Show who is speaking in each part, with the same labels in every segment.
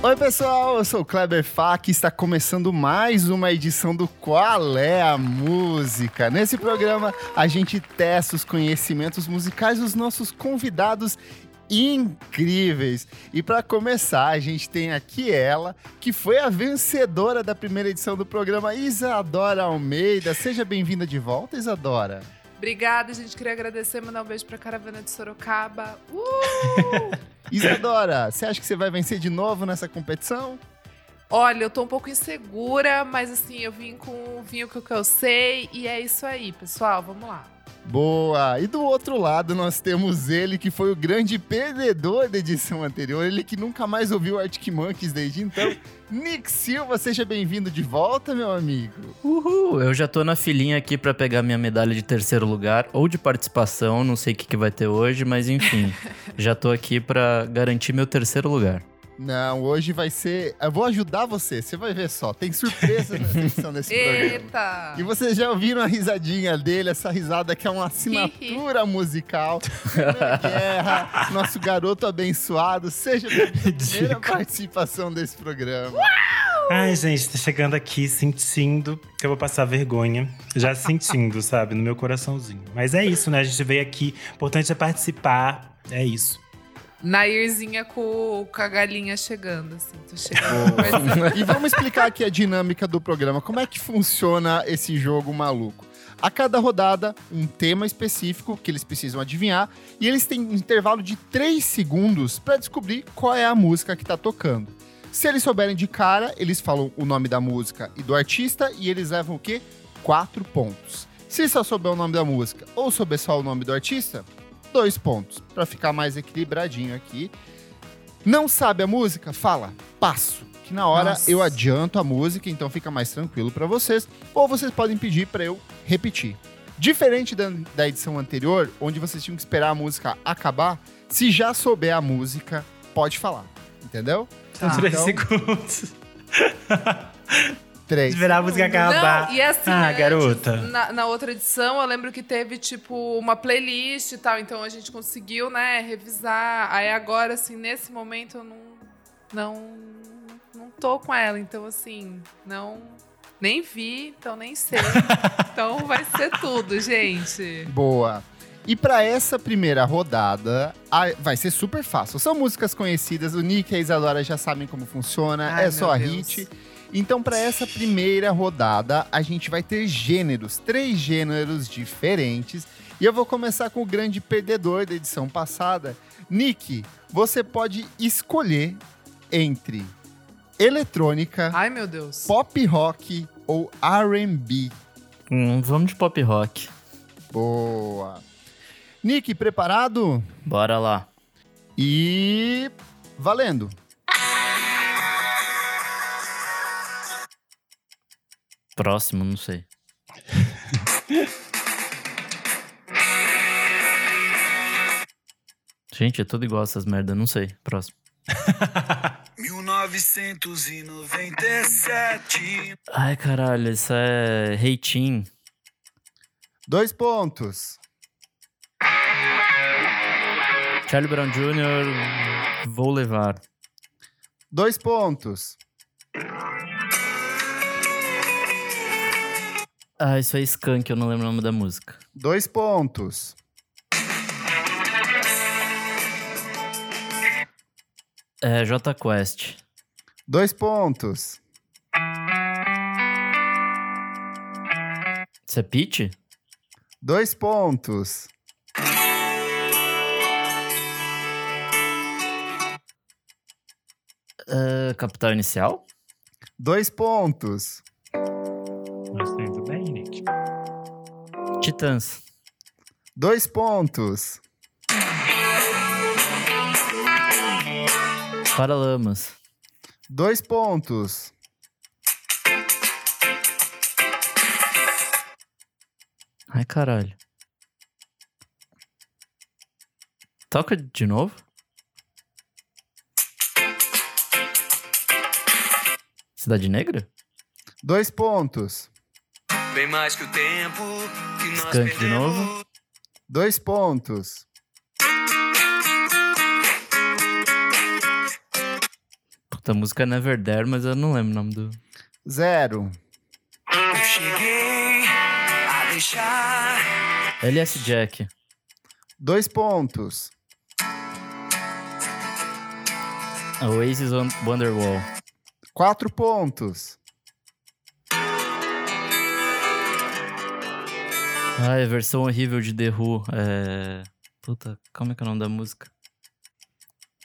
Speaker 1: Oi, pessoal, eu sou o Kleber Fak e está começando mais uma edição do Qual é a Música. Nesse programa, a gente testa os conhecimentos musicais dos nossos convidados incríveis. E para começar, a gente tem aqui ela, que foi a vencedora da primeira edição do programa, Isadora Almeida. Seja bem-vinda de volta, Isadora.
Speaker 2: Obrigada, gente. Queria agradecer, mandar um beijo pra caravana de Sorocaba. Uh!
Speaker 1: Isadora, você acha que você vai vencer de novo nessa competição?
Speaker 2: Olha, eu tô um pouco insegura, mas assim, eu vim com vim com o que eu sei e é isso aí, pessoal. Vamos lá.
Speaker 1: Boa! E do outro lado nós temos ele que foi o grande perdedor da edição anterior, ele que nunca mais ouviu Arctic Monkeys desde então. Nick Silva, seja bem-vindo de volta, meu amigo.
Speaker 3: Uhul! Eu já tô na filinha aqui pra pegar minha medalha de terceiro lugar ou de participação, não sei o que, que vai ter hoje, mas enfim, já tô aqui pra garantir meu terceiro lugar.
Speaker 1: Não, hoje vai ser. Eu vou ajudar você, você vai ver só. Tem surpresa nessa edição desse programa.
Speaker 2: Eita!
Speaker 1: E vocês já ouviram a risadinha dele, essa risada que é uma assinatura musical. Renan Guerra, nosso garoto abençoado, seja bem-vindo à primeira participação desse programa.
Speaker 4: Ai, gente, tá chegando aqui sentindo que eu vou passar vergonha. Já sentindo, sabe? No meu coraçãozinho. Mas é isso, né? A gente veio aqui. O importante é participar. É isso.
Speaker 2: Nairzinha com, com a galinha chegando, assim. Tô chegando. Mas-
Speaker 1: E vamos explicar aqui a dinâmica do programa. Como é que funciona esse jogo maluco? A cada rodada, um tema específico que eles precisam adivinhar e eles têm um intervalo de 3 segundos para descobrir qual é a música que tá tocando. Se eles souberem de cara, eles falam o nome da música e do artista e eles levam o quê? 4 pontos. Se só souber o nome da música ou souber só o nome do artista, dois pontos, para ficar mais equilibradinho aqui. Não sabe a música? Fala, passo. Que na hora
Speaker 2: Nossa.
Speaker 1: eu adianto a música, então fica mais tranquilo para vocês. Ou vocês podem pedir para eu repetir. Diferente da, da edição anterior, onde vocês tinham que esperar a música acabar, se já souber a música, pode falar. Entendeu?
Speaker 2: Tá.
Speaker 4: Três
Speaker 1: então-
Speaker 4: segundos.
Speaker 1: Três.
Speaker 4: Esperar a música acabar.
Speaker 2: Não, e assim,
Speaker 4: ah,
Speaker 2: antes,
Speaker 4: garota.
Speaker 2: Na, na outra edição, eu lembro que teve, tipo, uma playlist e tal. Então a gente conseguiu, né, revisar. Aí agora, assim, nesse momento, eu não. Não. Não tô com ela. Então, assim, não. Nem vi, então nem sei. então vai ser tudo, gente.
Speaker 1: Boa. E pra essa primeira rodada, a- vai ser super fácil. São músicas conhecidas, o Nick e a Isadora já sabem como funciona,
Speaker 2: Ai,
Speaker 1: é só a
Speaker 2: meu Deus.
Speaker 1: hit. Então, pra essa primeira rodada, a gente vai ter gêneros, três gêneros diferentes. E eu vou começar com o grande perdedor da edição passada. Nick, você pode escolher entre eletrônica,
Speaker 2: Ai, meu Deus.
Speaker 1: pop rock ou RB.
Speaker 3: Hum, vamos de pop rock.
Speaker 1: Boa. Nick, preparado?
Speaker 3: Bora lá.
Speaker 1: E. Valendo!
Speaker 3: Próximo, não sei. Gente, é tudo igual essas merda, não sei. Próximo.
Speaker 5: 1997.
Speaker 3: Ai, caralho, isso é Reitinho.
Speaker 1: Dois pontos.
Speaker 3: Charlie Brown Jr., vou levar.
Speaker 1: Dois pontos.
Speaker 3: Ah, isso é Skunk, eu não lembro o nome da música.
Speaker 1: Dois pontos.
Speaker 3: É J Quest.
Speaker 1: Dois pontos.
Speaker 3: Isso é Peach?
Speaker 1: Dois pontos.
Speaker 3: É, Capital Inicial?
Speaker 1: Dois pontos.
Speaker 4: Mas tá indo bem, Nick.
Speaker 3: Titãs.
Speaker 1: Dois pontos.
Speaker 3: Paralamas.
Speaker 1: Dois pontos.
Speaker 3: Ai, caralho. Toca de novo? Cidade Negra?
Speaker 1: Dois pontos.
Speaker 5: Bem mais que o tempo que nós
Speaker 3: Skunk de
Speaker 5: perdemos.
Speaker 3: novo.
Speaker 1: Dois pontos.
Speaker 3: Puta, Essa música é Never There, mas eu não lembro o nome do.
Speaker 1: Zero.
Speaker 5: Eu cheguei a deixar
Speaker 3: LS Jack.
Speaker 1: Dois pontos.
Speaker 3: Oasis on Wonderwall.
Speaker 1: Quatro pontos.
Speaker 3: Ai, Ah, é versão horrível de The Who. É... Puta, como é que é o nome da música?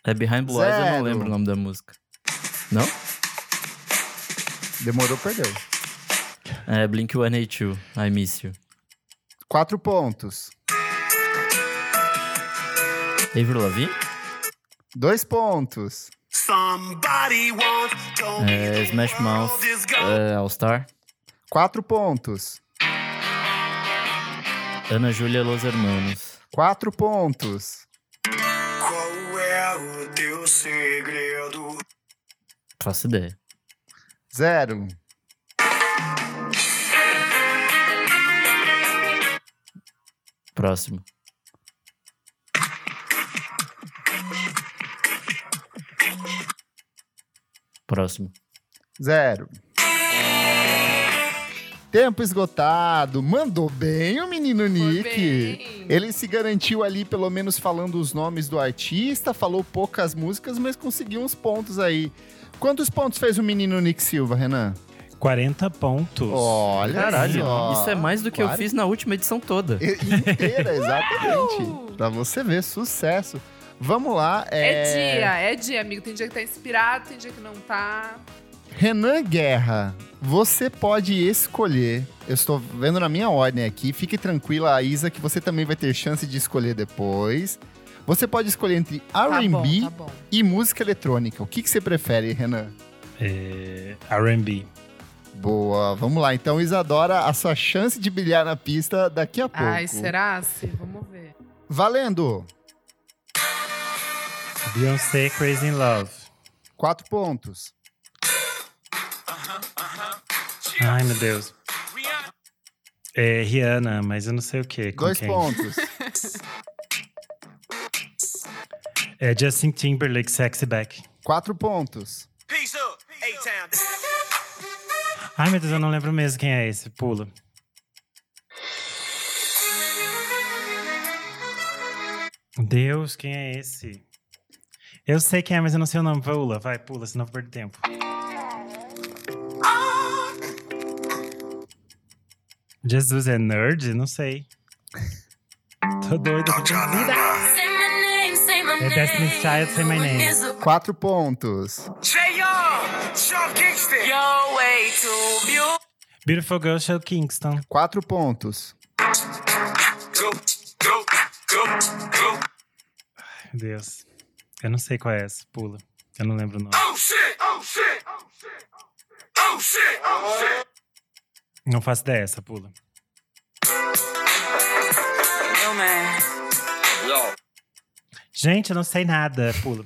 Speaker 3: É Behind Blue Eyes, eu não
Speaker 1: Zero.
Speaker 3: lembro o nome da música. Não?
Speaker 1: Demorou, perdeu.
Speaker 3: É Blink 182, I Miss You.
Speaker 1: Quatro pontos.
Speaker 3: Avril Lavigne?
Speaker 1: Dois pontos.
Speaker 5: Somebody once told me
Speaker 3: É,
Speaker 5: the
Speaker 3: Smash Mouth.
Speaker 5: world is gone.
Speaker 3: É, All Star?
Speaker 1: Quatro pontos.
Speaker 3: Ana Júlia Los Hermanos.
Speaker 1: Quatro pontos.
Speaker 5: Qual é o teu segredo?
Speaker 3: Faço ideia.
Speaker 1: Zero.
Speaker 3: Próximo. Próximo.
Speaker 1: Zero. Tempo esgotado. Mandou bem o menino Nick.
Speaker 2: bem.
Speaker 1: Ele se garantiu ali, pelo menos falando os nomes do artista, falou poucas músicas, mas conseguiu uns pontos aí. Quantos pontos fez o menino Nick Silva, Renan?
Speaker 4: 40 pontos.
Speaker 1: Olha
Speaker 3: Caralho,
Speaker 1: só.
Speaker 3: isso é mais do que eu
Speaker 1: Claro.
Speaker 3: fiz na última edição toda.
Speaker 1: E- Inteira, exatamente. pra você ver, sucesso. Vamos lá.
Speaker 2: É dia, é dia, amigo. Tem dia que tá inspirado, tem dia que não tá.
Speaker 1: Renan Guerra, você pode escolher. Eu estou vendo na minha ordem aqui. Fique tranquila, Isa, que você também vai ter chance de escolher depois. Você pode escolher entre
Speaker 2: Tá bom,
Speaker 1: R&B
Speaker 2: tá bom.
Speaker 1: e música eletrônica. O que, que você prefere, Renan?
Speaker 4: É, R&B.
Speaker 1: Boa, vamos lá. Então, Isadora, a sua chance de brilhar na pista daqui a pouco.
Speaker 2: Ai, será? Sim, vamos ver.
Speaker 1: Valendo!
Speaker 4: Beyoncé, Crazy in Love.
Speaker 1: Quatro pontos.
Speaker 4: Ai, meu Deus. É, Rihanna, mas eu não sei o que.
Speaker 1: Dois pontos.
Speaker 4: É Justin Timberlake, Sexy Back.
Speaker 1: Quatro pontos.
Speaker 5: Peace up, A-Town.
Speaker 4: Ai, meu Deus, eu não lembro mesmo quem é esse. Pula. Deus, quem é esse? Eu sei quem é, mas eu não sei o nome. Pula, vai, pula, senão eu perco tempo. Jesus é nerd? Não sei. Tô doido.
Speaker 6: Say my name, say my
Speaker 4: É
Speaker 6: name.
Speaker 4: Destiny's Child, Say My Name.
Speaker 6: Is a-
Speaker 1: Quatro pontos.
Speaker 5: J.R. Sean Kingston. Your way to beautiful.
Speaker 4: Beautiful Girl Show Kingston.
Speaker 1: Quatro pontos.
Speaker 5: Go, go, go, go.
Speaker 4: Meu Deus. Eu não sei qual é essa. Pula. Eu não lembro o nome.
Speaker 5: Oh shit, oh shit, oh shit, oh shit, oh shit.
Speaker 4: Não faço ideia essa, pula. Gente, eu não sei nada. Pula.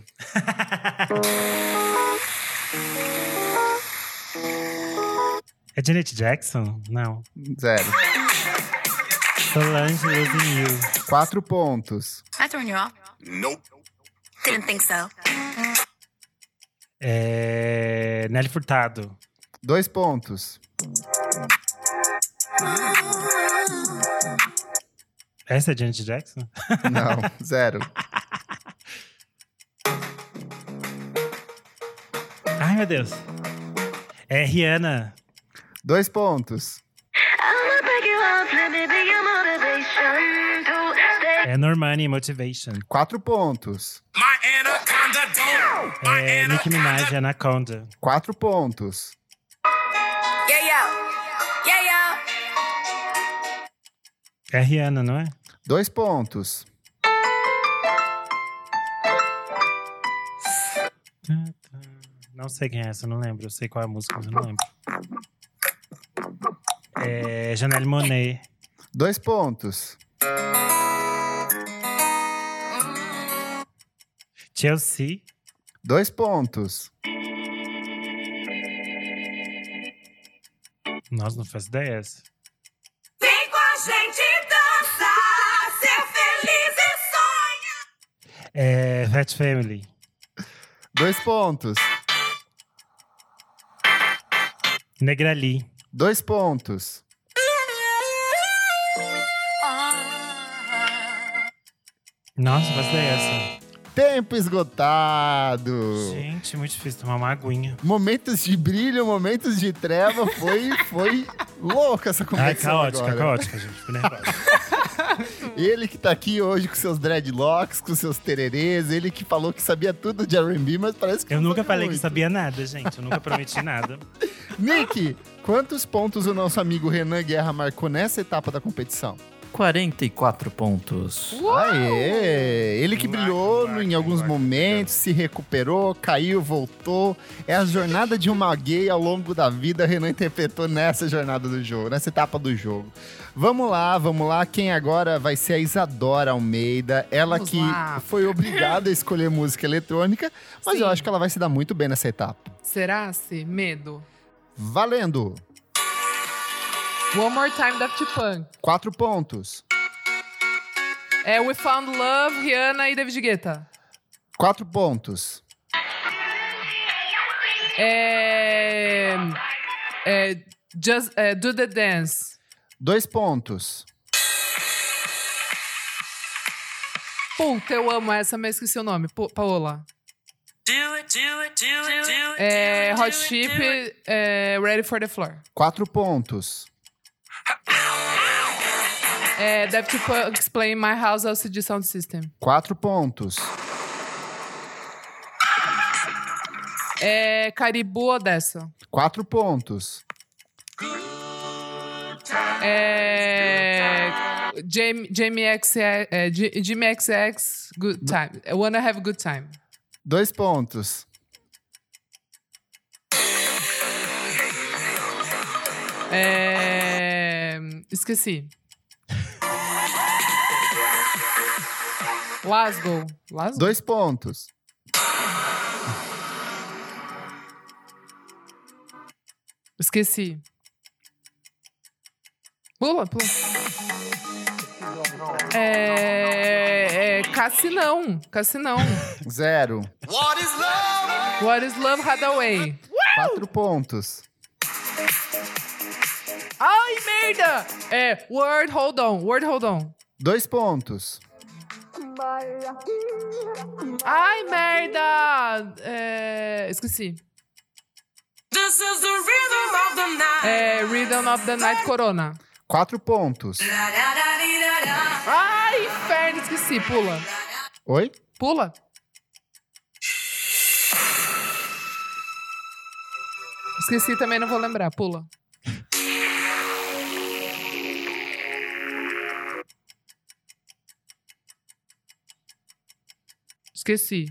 Speaker 4: É Janet Jackson? Não.
Speaker 1: Zero.
Speaker 4: Solange Losing You.
Speaker 1: Quatro pontos.
Speaker 6: I thrown you off.
Speaker 5: Nope.
Speaker 6: Didn't think so.
Speaker 4: É... Nelly Furtado.
Speaker 1: Dois pontos.
Speaker 4: Essa é Janet Jackson?
Speaker 1: Não, zero.
Speaker 4: Ai, meu Deus. É Rihanna.
Speaker 1: Dois pontos.
Speaker 4: É Normani Motivation.
Speaker 1: Quatro pontos.
Speaker 5: My anaconda don't. My
Speaker 4: É Nicki Minaj Anaconda.
Speaker 1: Quatro pontos.
Speaker 6: Yeah, yo. Yeah, yo.
Speaker 4: É Rihanna, não é?
Speaker 1: Dois pontos.
Speaker 4: Não sei quem é essa, eu não lembro. Eu sei qual é a música, mas eu não lembro. É Janelle Monet.
Speaker 1: Dois pontos.
Speaker 4: Chelsea.
Speaker 1: Dois pontos.
Speaker 4: Nossa, não faço ideia essa.
Speaker 6: Vem com a gente dançar, ser feliz e sonhar.
Speaker 4: É Fat Family.
Speaker 1: Dois pontos.
Speaker 4: Negrali.
Speaker 1: Dois pontos.
Speaker 4: Nossa, mas é essa.
Speaker 1: Tempo esgotado.
Speaker 4: Gente, muito difícil tomar uma aguinha.
Speaker 1: Momentos de brilho, momentos de treva. Foi, foi louca essa
Speaker 4: Ai,
Speaker 1: conversa.
Speaker 4: caótica,
Speaker 1: agora.
Speaker 4: caótica, gente. tipo, né? Fico nervosa.
Speaker 1: Ele que tá aqui hoje com seus dreadlocks, com seus tererês. Ele que falou que sabia tudo de R&B, mas parece que
Speaker 4: Eu
Speaker 1: não
Speaker 4: nunca
Speaker 1: sabe
Speaker 4: falei que
Speaker 1: muito.
Speaker 4: sabia nada, gente. Eu nunca prometi nada.
Speaker 1: Nick, quantos pontos o nosso amigo Renan Guerra marcou nessa etapa da competição?
Speaker 3: 44 pontos.
Speaker 1: Aê! Ele que
Speaker 4: Laca,
Speaker 1: brilhou
Speaker 4: laca,
Speaker 1: em alguns
Speaker 4: laca.
Speaker 1: momentos, se recuperou, caiu, voltou. É a jornada de uma gay ao longo da vida. Renan interpretou nessa jornada do jogo, nessa etapa do jogo. Vamos lá, vamos lá. Quem agora vai ser a Isadora Almeida. Ela
Speaker 2: Vamos
Speaker 1: que
Speaker 2: lá.
Speaker 1: foi obrigada a escolher música eletrônica, mas
Speaker 2: Sim.
Speaker 1: eu acho que ela vai se dar muito bem nessa etapa.
Speaker 2: Será se medo?
Speaker 1: Valendo!
Speaker 2: One More Time Daft Punk.
Speaker 1: Quatro pontos.
Speaker 2: É We Found Love, Rihanna e David Guetta.
Speaker 1: Quatro pontos.
Speaker 2: É, é, just, é, Do The Dance.
Speaker 1: Dois pontos.
Speaker 2: Puta, eu amo essa, mas esqueci o nome. Pa- Paola.
Speaker 5: Do it, do it, do it, do it.
Speaker 2: É,
Speaker 5: do it,
Speaker 2: Hot
Speaker 5: do it,
Speaker 2: Chip,
Speaker 5: do it.
Speaker 2: é, Ready For The Floor.
Speaker 1: Quatro pontos.
Speaker 2: É, Daft Punk's Play My House LCD Sound System.
Speaker 1: Quatro pontos.
Speaker 2: É, Caribou Odessa.
Speaker 1: Quatro pontos.
Speaker 2: É, Jamie, Jamie X, é, J- Jimmy XX, Good Time. I Wanna Have a Good Time.
Speaker 1: Dois pontos.
Speaker 2: É, esqueci. Glasgow. Glasgow?
Speaker 1: Dois pontos.
Speaker 2: Esqueci. Pula, pula. É, é, Cassinão. Cassinão.
Speaker 1: Zero.
Speaker 5: What is love?
Speaker 2: What is Love Hadaway?
Speaker 1: Quatro pontos.
Speaker 2: Ai, merda! É, Word Hold On. Word Hold On.
Speaker 1: Dois pontos.
Speaker 2: Ai, merda! É, esqueci.
Speaker 5: This is the rhythm of the night.
Speaker 2: É, Rhythm of the Night Corona.
Speaker 1: Quatro pontos.
Speaker 2: Ai, inferno, esqueci. Pula.
Speaker 1: Oi?
Speaker 2: Pula. Esqueci também, não vou lembrar. Pula. Esqueci.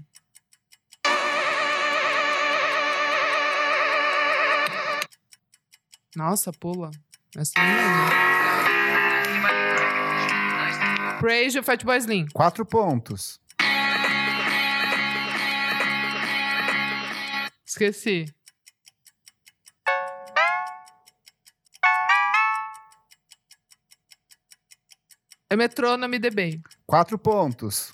Speaker 2: Nossa, pula. Essa é eu não lembro. Praise o Fat Boy Slim.
Speaker 1: Quatro pontos.
Speaker 2: Esqueci. É metrônome de bem.
Speaker 1: Quatro pontos.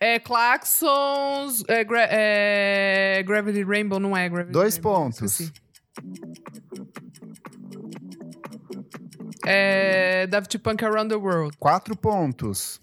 Speaker 2: É Claxons. É, gra- é, Gravity Rainbow não é Gravity
Speaker 1: Dois
Speaker 2: Rainbow,
Speaker 1: pontos.
Speaker 2: esqueci. É Daft Punk Around the World.
Speaker 1: Quatro pontos.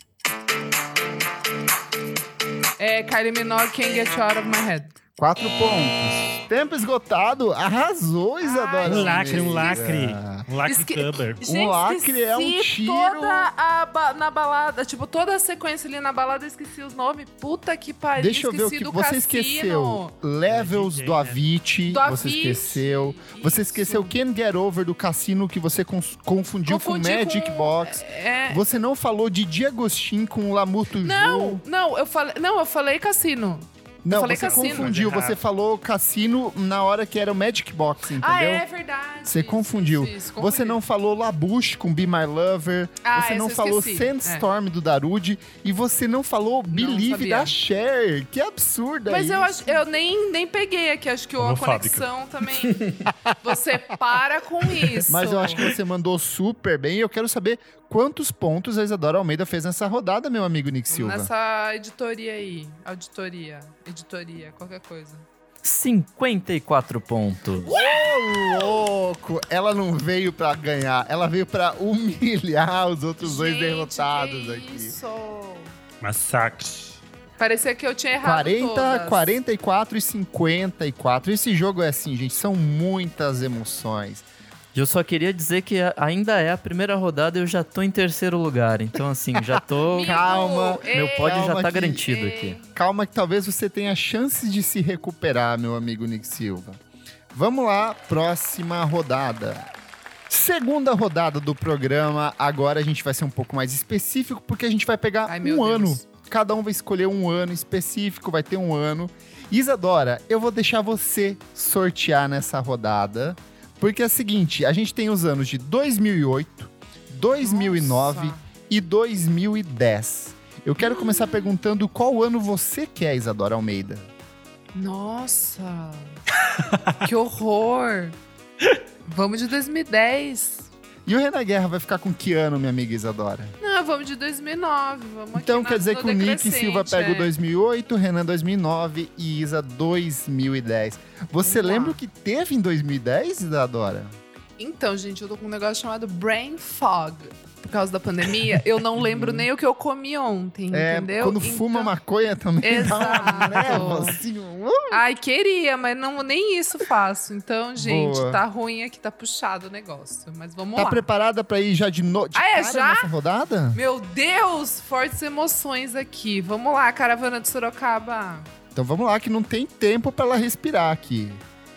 Speaker 2: É Kylie Minogue Can't Get You Out of My Head.
Speaker 1: Quatro pontos. Tempo esgotado. Arrasou, Isadora. Ah.
Speaker 4: Um lacre, um
Speaker 1: Almeida.
Speaker 4: lacre. Um lacre
Speaker 2: Esque-
Speaker 4: cover.
Speaker 1: Gente, lacre é um
Speaker 2: esqueci
Speaker 1: tiro.
Speaker 2: toda a ba- na balada, tipo, toda a sequência ali na balada, eu esqueci os nomes. Puta que pariu,
Speaker 1: Deixa eu ver o
Speaker 2: esqueci
Speaker 1: que
Speaker 2: do
Speaker 1: você
Speaker 2: cassino.
Speaker 1: esqueceu. Levels
Speaker 4: É,
Speaker 1: do Avicii,
Speaker 2: Do
Speaker 1: você
Speaker 2: Avicii,
Speaker 1: esqueceu. Você esqueceu Can't Get Over do Cassino, que você cons- confundiu
Speaker 2: Confundi
Speaker 1: com Magic
Speaker 2: com-
Speaker 1: Box.
Speaker 2: É...
Speaker 1: Você não falou de Diagostin com Lamuto Ju.
Speaker 2: Não, não, eu falei, não, eu falei cassino.
Speaker 1: Não,
Speaker 2: falei
Speaker 1: você
Speaker 2: cassino.
Speaker 1: confundiu.
Speaker 4: Errado.
Speaker 1: Você falou cassino na hora que era o Magic Box, entendeu?
Speaker 2: Ah, é verdade.
Speaker 1: Você
Speaker 2: Isso,
Speaker 1: confundiu.
Speaker 2: isso, isso,
Speaker 1: Você
Speaker 2: confundi.
Speaker 1: não falou Labuche com Be My Lover.
Speaker 2: Ah,
Speaker 1: você
Speaker 2: essa
Speaker 1: não
Speaker 2: eu
Speaker 1: falou
Speaker 2: esqueci.
Speaker 1: Sandstorm do Darude. E você não falou Believe
Speaker 2: sabia.
Speaker 1: da Cher. Que absurdo é
Speaker 2: Mas
Speaker 1: isso.
Speaker 2: eu, acho, eu nem, nem peguei aqui, acho que a
Speaker 4: Homofóbica.
Speaker 2: conexão também. Você para com isso.
Speaker 1: Mas eu acho que é você mandou super bem. E eu quero saber quantos pontos a Isadora Almeida fez nessa rodada, meu amigo Nick Silva.
Speaker 2: Nessa editoria aí, auditoria, editoria, qualquer coisa.
Speaker 3: 54 pontos.
Speaker 1: Ô, louco! Ela não veio pra ganhar, ela veio pra humilhar os outros dois
Speaker 2: Gente,
Speaker 1: derrotados
Speaker 2: que
Speaker 1: aqui.
Speaker 2: Isso.
Speaker 4: Massacre.
Speaker 2: Parecia que eu tinha errado
Speaker 1: 40,
Speaker 2: todas.
Speaker 1: 44 e 54. Esse jogo é assim, gente, são muitas emoções.
Speaker 3: E eu só queria dizer que a- ainda é a primeira rodada e eu já tô em terceiro lugar. Então, assim, já tô.
Speaker 2: Amigo,
Speaker 1: Calma,
Speaker 2: ei,
Speaker 3: meu pódio já
Speaker 1: calma
Speaker 3: tá
Speaker 1: que-
Speaker 3: garantido
Speaker 2: ei.
Speaker 3: aqui.
Speaker 1: Calma que talvez você tenha chances de se recuperar, meu amigo Nick Silva. Vamos lá, próxima rodada. Segunda rodada do programa. Agora a gente vai ser um pouco mais específico, porque a gente vai pegar
Speaker 2: Ai,
Speaker 1: um
Speaker 2: meu Deus.
Speaker 1: ano. Cada um vai escolher um ano específico, vai ter um ano. Isadora, eu vou deixar você sortear nessa rodada. Porque é o seguinte, a gente tem os anos de 2008, 2009
Speaker 2: Nossa.
Speaker 1: e 2010. Eu quero começar perguntando qual ano você quer, Isadora Almeida.
Speaker 2: Nossa! que horror! Vamos de 2010.
Speaker 1: E o Renan Guerra vai ficar com que ano, minha amiga Isadora?
Speaker 2: Não, vamos de 2009. Vamos aqui
Speaker 1: Então
Speaker 2: na-
Speaker 1: quer dizer
Speaker 2: no
Speaker 1: que o Nick
Speaker 2: decrescente,
Speaker 1: Silva pega
Speaker 2: é.
Speaker 1: o 2008, Renan 2009 e Isa 2010. Você
Speaker 2: Vamos lá.
Speaker 1: lembra o que teve em 2010, Isadora?
Speaker 2: Então, gente, eu tô com um negócio chamado brain fog. Por causa da pandemia, eu não lembro nem o que eu comi ontem, entendeu?
Speaker 1: Hum. É, quando
Speaker 2: Então-
Speaker 1: fuma maconha também dá uma
Speaker 2: Exato.
Speaker 1: névoa, assim. um-
Speaker 2: Ai, queria, mas não, nem isso faço. Então, gente,
Speaker 1: Boa.
Speaker 2: tá ruim aqui, tá puxado o negócio. Mas vamos
Speaker 1: Tá
Speaker 2: lá.
Speaker 1: preparada pra ir já de noite?
Speaker 2: Ah, é? Já?
Speaker 1: Nessa rodada?
Speaker 2: Meu Deus, fortes emoções aqui. Vamos lá, caravana de Sorocaba.
Speaker 1: Então vamos lá, que não tem tempo pra ela respirar aqui.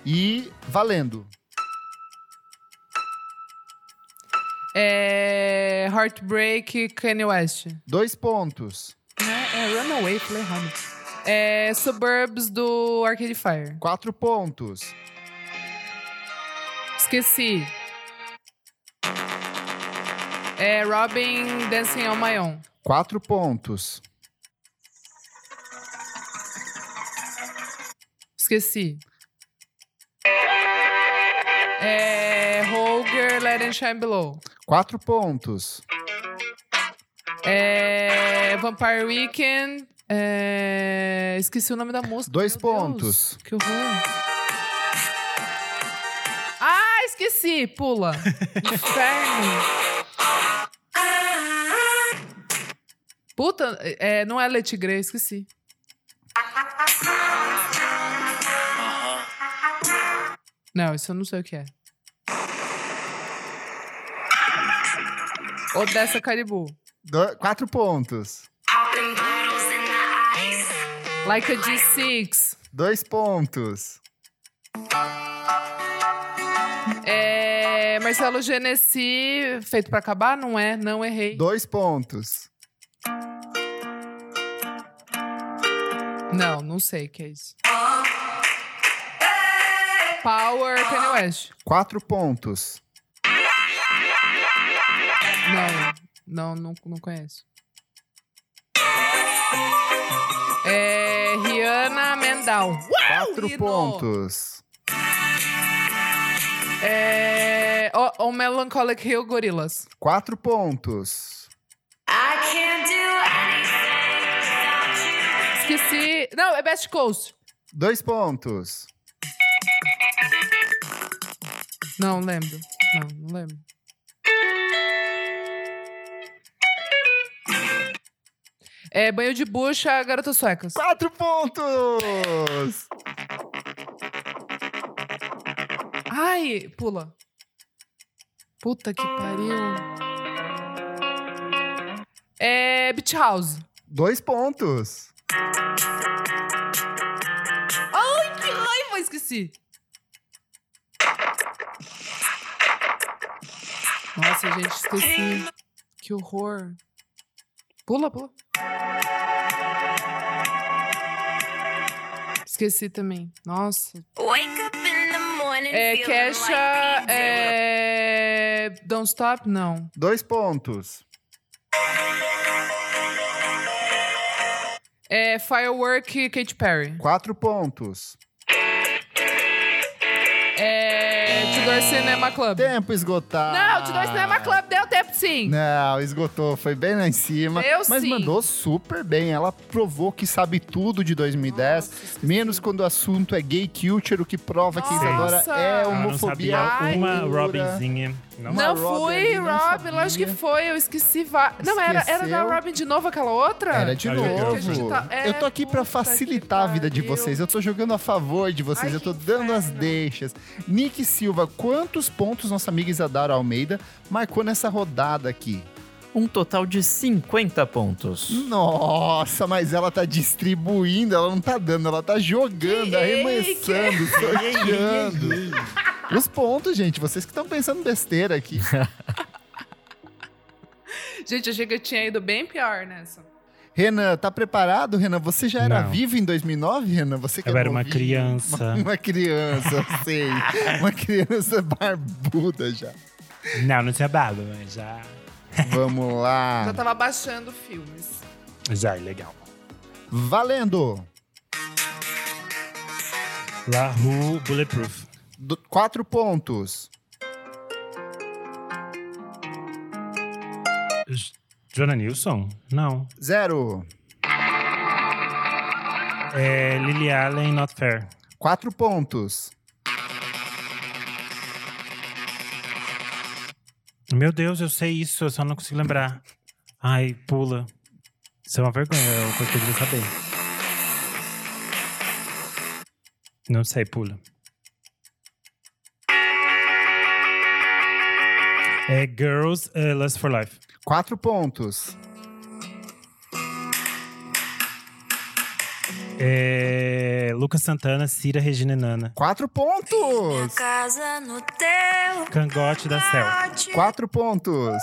Speaker 1: E valendo.
Speaker 2: É. Heartbreak Kanye West.
Speaker 1: Dois pontos.
Speaker 2: É, é Runaway, falei errado. É Suburbs do Arcade Fire.
Speaker 1: Quatro pontos.
Speaker 2: Esqueci. É Robin Dancing on My Own.
Speaker 1: Quatro pontos.
Speaker 2: Esqueci. É Holger Let It Shine Below.
Speaker 1: Quatro pontos.
Speaker 2: É Vampire Weekend. É, Esqueci o nome da música.
Speaker 1: Dois
Speaker 2: meu
Speaker 1: pontos.
Speaker 2: Deus, que horror. Ah, esqueci. Pula. Inferno. Puta, é, não é Leti Grey, esqueci. Não, isso eu não sei o que é. Odessa Caribou.
Speaker 1: Do- Quatro pontos.
Speaker 2: Like a G6.
Speaker 1: Dois pontos.
Speaker 2: É, Marcelo Genesi, feito pra acabar? Não é, não errei.
Speaker 1: Dois pontos.
Speaker 2: Não, não sei o que é isso. Power Kanye West.
Speaker 1: Quatro pontos.
Speaker 2: Não, não, não, não conheço. É, Rihanna Mendal. Uau,
Speaker 1: Quatro
Speaker 2: Rino!
Speaker 1: pontos.
Speaker 2: É, o, o Melancholic Hill Gorilas.
Speaker 1: Quatro pontos.
Speaker 6: I can't do
Speaker 2: Esqueci. Não, é Best Coast.
Speaker 1: Dois pontos.
Speaker 2: Não, lembro. Não, não lembro. É, banho de bucha, garotas suecas.
Speaker 1: Quatro pontos!
Speaker 2: Ai, pula. Puta que pariu. É, Beach House.
Speaker 1: Dois pontos.
Speaker 2: Ai, que raiva, esqueci. Nossa, gente, esqueci. Que horror. Pula, pula. Esqueci também. Nossa.
Speaker 6: Wake up in the morning.
Speaker 2: É, Kesha. É. Don't Stop? Não.
Speaker 1: Dois pontos.
Speaker 2: É Firework Katy Perry.
Speaker 1: Quatro pontos.
Speaker 2: É. É, Tudor Cinema Club.
Speaker 1: Tempo esgotado.
Speaker 2: Não, é Tudor Cinema Club deu tempo sim.
Speaker 1: Não, esgotou, foi bem lá em cima.
Speaker 2: Eu
Speaker 1: mas
Speaker 2: sim.
Speaker 1: mandou super bem. Ela provou que sabe tudo de 2010, menos quando o assunto é gay culture, o que prova que
Speaker 2: Nossa. Ah,
Speaker 1: agora é
Speaker 4: Ela Ah, não
Speaker 1: homofobia.
Speaker 4: sabia
Speaker 2: Ai,
Speaker 4: uma
Speaker 1: pura.
Speaker 4: Robinzinha. Não.
Speaker 1: É Uma
Speaker 2: Não
Speaker 1: Robin
Speaker 2: fui,
Speaker 1: ali, não
Speaker 2: Rob,
Speaker 1: sabia.
Speaker 2: lógico que foi, eu esqueci. va- Não, era, era da
Speaker 1: Esqueceu.
Speaker 2: Robin de novo aquela outra?
Speaker 1: Era É, de
Speaker 4: Tá
Speaker 1: novo.
Speaker 4: jogando.
Speaker 1: eu tô aqui pra
Speaker 2: é, Puta que
Speaker 1: facilitar a vida de
Speaker 2: pariu.
Speaker 1: vocês. Eu tô jogando a favor de vocês.
Speaker 2: Ai,
Speaker 1: eu tô
Speaker 2: que
Speaker 1: dando as
Speaker 2: inferno.
Speaker 1: deixas. Nick Silva, quantos pontos nossa amiga Isadora Almeida marcou nessa rodada aqui?
Speaker 3: Um total de 50 pontos.
Speaker 1: Nossa, mas ela tá distribuindo, ela não tá dando, ela tá jogando,
Speaker 2: Que-
Speaker 1: arremessando, sorteando. Os pontos, gente, vocês que estão pensando besteira aqui.
Speaker 2: Gente, eu achei que eu tinha ido bem pior nessa.
Speaker 1: Renan, tá preparado, Renan? Você já era
Speaker 4: Não.
Speaker 1: vivo em 2009, Renan? Você que
Speaker 4: Eu
Speaker 1: é
Speaker 4: era uma
Speaker 1: novinho.
Speaker 4: criança.
Speaker 1: Uma criança, eu sei. Uma criança barbuda já.
Speaker 4: Não, não tinha barba, mas já.
Speaker 1: Vamos
Speaker 2: Já
Speaker 1: lá.
Speaker 2: tava baixando filmes.
Speaker 4: Já é legal.
Speaker 1: Valendo!
Speaker 4: Lahu Bulletproof.
Speaker 1: Do- quatro pontos.
Speaker 4: Jonah Nilson? Não.
Speaker 1: Zero.
Speaker 4: É Lily Allen, Not Fair.
Speaker 1: Quatro pontos.
Speaker 4: Meu Deus, eu sei isso, eu só não consigo lembrar. Ai, pula. Isso é uma vergonha, é uma coisa que eu devia saber. Não sei, pula. É Girls eh, Lust for Life.
Speaker 1: Quatro pontos.
Speaker 4: É Lucas Santana, Cira, Regina e Nana.
Speaker 1: Quatro pontos.
Speaker 6: Casa no teu
Speaker 4: Cangote da Cel.
Speaker 6: pote.
Speaker 1: Quatro pontos.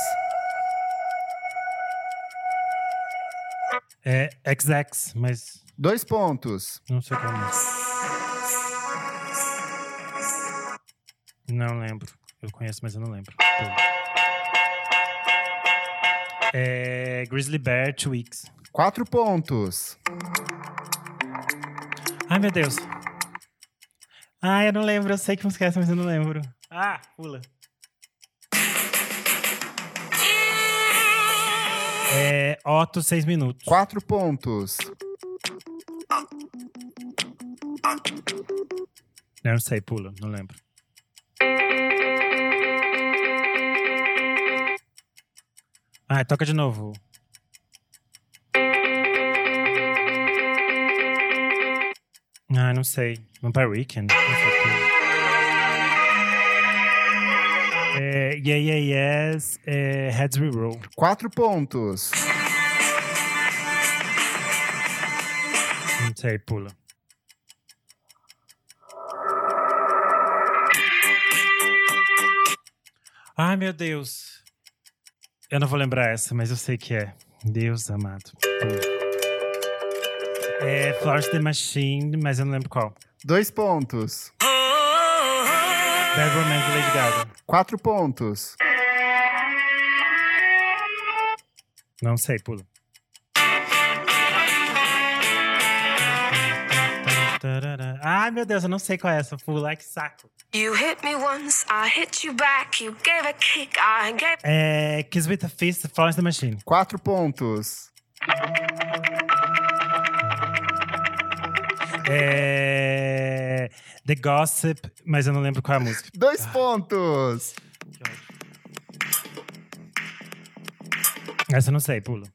Speaker 4: É XX, mas
Speaker 1: Dois pontos.
Speaker 4: não sei como. é. Não lembro. Eu conheço, mas eu não lembro. Pula. É Grizzly Bear, Two Weeks.
Speaker 1: Quatro pontos.
Speaker 4: Ai, meu Deus. Ai, eu não lembro. Eu sei que música é essa, mas eu não lembro. Ah, pula. É Otto, seis minutos.
Speaker 1: Quatro pontos.
Speaker 4: Eu não sei, pula. Não lembro. Ah, toca de novo. Ah, não sei. Vampire Weekend? Não sei pula. É, yeah, yeah, yes. É, Heads We Roll.
Speaker 1: Quatro pontos.
Speaker 4: Não sei, pula. Ai, meu Deus. Eu não vou lembrar essa, mas eu sei que é. Deus amado. Pula. É Flowers and the Machine, mas eu não lembro qual.
Speaker 1: Dois pontos.
Speaker 4: Bad Romance, da Lady Gaga.
Speaker 1: Quatro pontos.
Speaker 4: Não sei, pula. Tarará. Ai, meu Deus, eu não sei qual é essa. Pula, ai, que saco.
Speaker 6: You hit me once, I hit you back. You gave a kick, I gave.
Speaker 4: É Kiss with a Fist, Florence and the Machine.
Speaker 1: Quatro pontos.
Speaker 4: É... The Gossip, mas eu não lembro qual é a música.
Speaker 1: Dois pontos.
Speaker 4: Essa eu não sei, pula.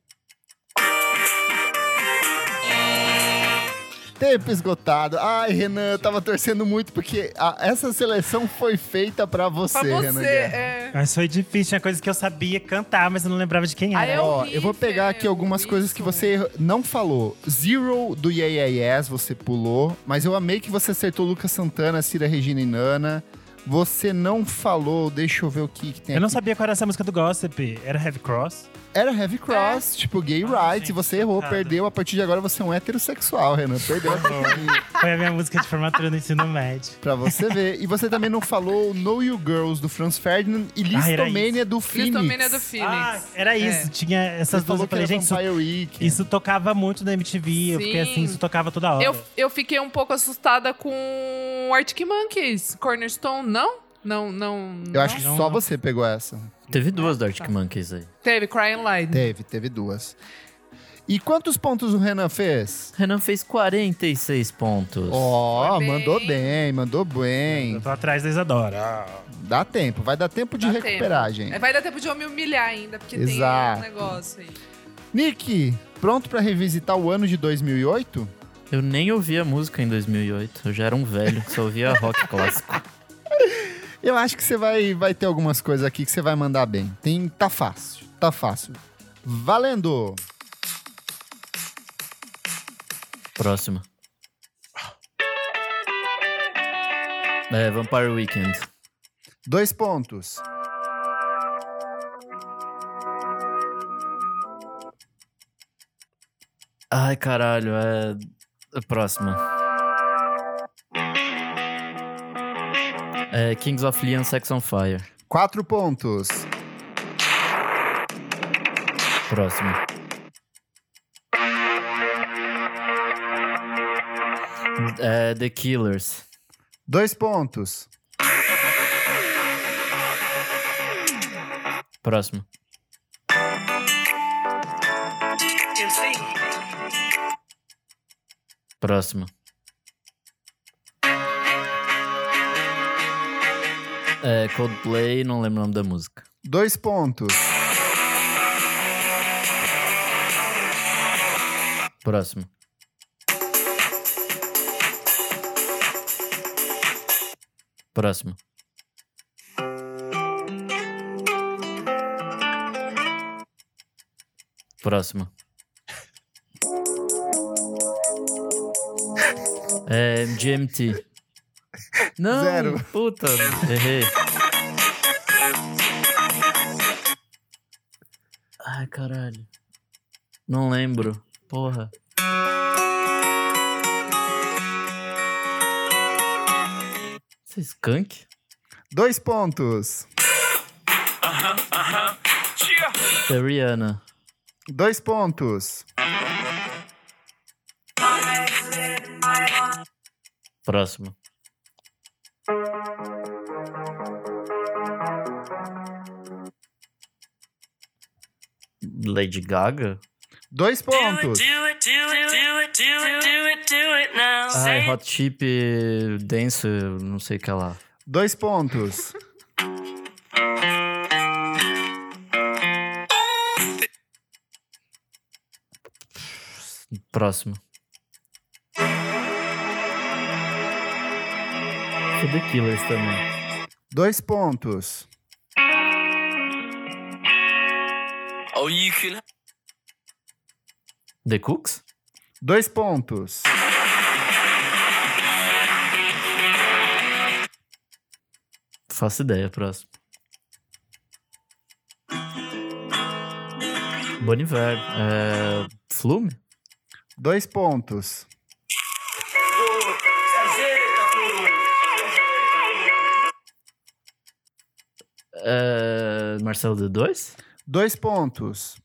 Speaker 1: Tempo esgotado. Ai, Renan, eu tava torcendo muito porque a- essa seleção foi feita pra você,
Speaker 2: Pra
Speaker 1: Renan.
Speaker 2: você,
Speaker 1: Guerra.
Speaker 2: é.
Speaker 4: Mas foi difícil, tinha coisa que eu sabia cantar, mas eu não lembrava de quem
Speaker 2: Ah,
Speaker 4: era.
Speaker 2: eu-
Speaker 1: Ó, eu vou pegar aqui
Speaker 2: horrível,
Speaker 1: algumas coisas que
Speaker 2: isso.
Speaker 1: você não falou. Zero do Yeah Yeah Yes, você pulou. Mas eu amei que você acertou Lucas Santana, Cira Regina e Nana. Você não falou, deixa eu ver o que, que tem
Speaker 4: Eu não
Speaker 1: aqui.
Speaker 4: sabia qual era essa música do Gossip. Era Heavy Cross?
Speaker 1: Era Heavy
Speaker 2: É.
Speaker 1: Cross, tipo gay
Speaker 4: Ah,
Speaker 1: rights, e
Speaker 4: gente,
Speaker 1: você errou,
Speaker 4: coitada.
Speaker 1: perdeu. A partir de agora você é um heterossexual, Renan. Perdeu.
Speaker 4: Tá Foi a minha música de formatura do ensino médio.
Speaker 1: pra você ver. E você também não falou Know You Girls do Franz Ferdinand e
Speaker 4: Ah, era
Speaker 1: Listomania do Phoenix.
Speaker 2: Cristomania né, do Phoenix. É.
Speaker 4: Ah, era isso. Tinha
Speaker 1: Você
Speaker 4: essas duas.
Speaker 1: falou
Speaker 4: Eu
Speaker 1: que
Speaker 4: falei,
Speaker 1: era
Speaker 4: gente, isso,
Speaker 1: Vampire Weekend.
Speaker 4: isso tocava muito na MTV. Eu fiquei
Speaker 2: Sim.
Speaker 4: assim, isso tocava toda
Speaker 2: É.
Speaker 4: hora.
Speaker 2: Eu, eu fiquei um pouco assustada com Arctic Monkeys, Cornerstone, não? Não, não.
Speaker 1: Eu acho que
Speaker 4: Não, é um Hum.
Speaker 1: só
Speaker 4: não.
Speaker 1: você pegou essa.
Speaker 3: Teve duas do Arctic Monkeys aí.
Speaker 2: Teve Crying Light.
Speaker 1: Teve, teve duas. E quantos pontos o Renan fez?
Speaker 3: Renan fez 46 pontos.
Speaker 1: Ó,
Speaker 2: Foi bem.
Speaker 1: mandou bem, mandou
Speaker 4: Eu
Speaker 1: bem.
Speaker 4: tô atrás da Isadora.
Speaker 1: Dá tempo, vai dar tempo de
Speaker 2: Dá
Speaker 1: recuperar,
Speaker 2: tempo. É,
Speaker 1: gente.
Speaker 2: Vai dar tempo de eu me humilhar ainda, porque
Speaker 1: Exato.
Speaker 2: tem um negócio aí.
Speaker 1: Nick, pronto pra revisitar o ano de 2008?
Speaker 3: Eu nem ouvia música em 2008. Eu já era um velho que só ouvia rock clássico.
Speaker 1: Eu acho que você vai, vai ter algumas coisas aqui que você vai mandar bem. Tem, tá fácil, tá fácil. Valendo!
Speaker 3: Próxima. É, Vampire Weekend.
Speaker 1: Dois pontos.
Speaker 3: Ai, caralho, é. a Próxima. É Kings of Leon Sex on Fire.
Speaker 1: Quatro pontos.
Speaker 3: Próxima. É, The Killers.
Speaker 1: Dois pontos.
Speaker 3: Próximo. Próximo. É, Coldplay, não lembro o nome da música.
Speaker 1: Dois pontos.
Speaker 3: Próximo. Próximo. Próximo. É, GMT. Não,
Speaker 1: Zero.
Speaker 3: puta, errei. Ai, caralho. Não lembro. Porra. Isso é skunk?
Speaker 1: Dois pontos.
Speaker 3: É Rihanna.
Speaker 1: Dois pontos.
Speaker 3: Próximo. Lady Gaga?
Speaker 1: Dois pontos.
Speaker 3: Ai, Hot Chip Dance, não sei o que é lá.
Speaker 1: Dois pontos.
Speaker 3: Próximo. É The Killers também.
Speaker 1: Dois pontos.
Speaker 5: Oh,
Speaker 3: The Cooks?
Speaker 1: Dois pontos.
Speaker 3: Faço ideia, próximo. Boniver. É... Flume?
Speaker 1: Dois pontos.
Speaker 3: É... Marcelo D2?
Speaker 1: Dois pontos.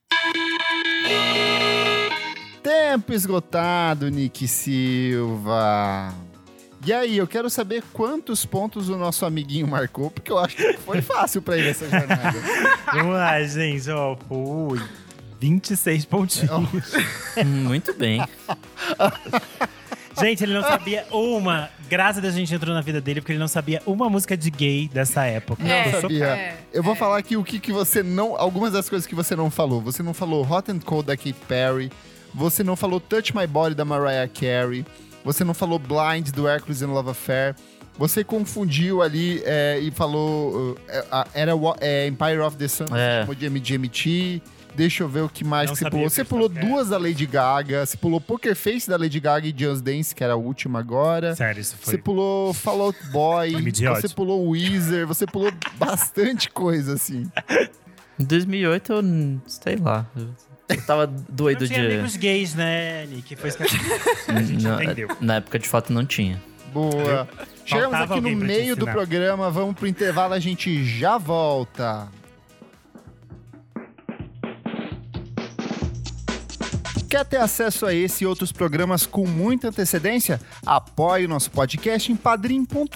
Speaker 1: Tempo esgotado, Nick Silva. E aí, eu quero saber quantos pontos o nosso amiguinho marcou, porque eu acho que foi fácil pra ele essa jornada.
Speaker 4: Vamos lá, gente. Ó, fui. 26
Speaker 1: É,
Speaker 4: pontinhos.
Speaker 3: Hum, Muito bem.
Speaker 4: Gente, ele não sabia uma. Graças a Deus a gente entrou na vida dele, porque ele não sabia uma música de gay dessa época.
Speaker 2: É,
Speaker 4: Eu sou-
Speaker 1: sabia.
Speaker 2: é,
Speaker 1: Eu vou
Speaker 2: é.
Speaker 1: falar aqui o que, que você não. Algumas das coisas que você não falou. Você não falou Hot and Cold da Katy Perry. Você não falou Touch My Body da Mariah Carey. Você não falou Blind do Hercules and Love Affair. Você confundiu ali é, e falou. uh, é, a- era wa- é, Empire of the Sun, você
Speaker 3: É.
Speaker 1: chamou de MGMT. Deixa eu ver o que mais
Speaker 4: Não
Speaker 1: que você
Speaker 4: sabia
Speaker 1: pulou.
Speaker 4: que
Speaker 1: Você
Speaker 4: isso
Speaker 1: pulou
Speaker 4: era.
Speaker 1: duas da Lady Gaga. Você pulou Poker Face da Lady Gaga e Just Dance, que era a última agora.
Speaker 4: Sério, isso
Speaker 1: Você
Speaker 4: foi.
Speaker 1: pulou Fall Out Boy,
Speaker 4: Foi idiota.
Speaker 1: você pulou Weezer, você pulou bastante coisa, assim.
Speaker 3: Em 2008, eu n- sei lá. eu- Eu tava doido
Speaker 4: Não tinha
Speaker 3: de.
Speaker 4: amigos gays, né, Nick? Foi isso que a gente entendeu.
Speaker 3: Na, na época, de fato, não tinha.
Speaker 1: Boa. Chegamos
Speaker 4: Faltava
Speaker 1: aqui no
Speaker 4: alguém pra te
Speaker 1: meio do
Speaker 4: ensinar.
Speaker 1: programa, vamos pro intervalo, a gente já volta. Quer ter acesso a esse e outros programas com muita antecedência? Apoie o nosso podcast em padrim.com.br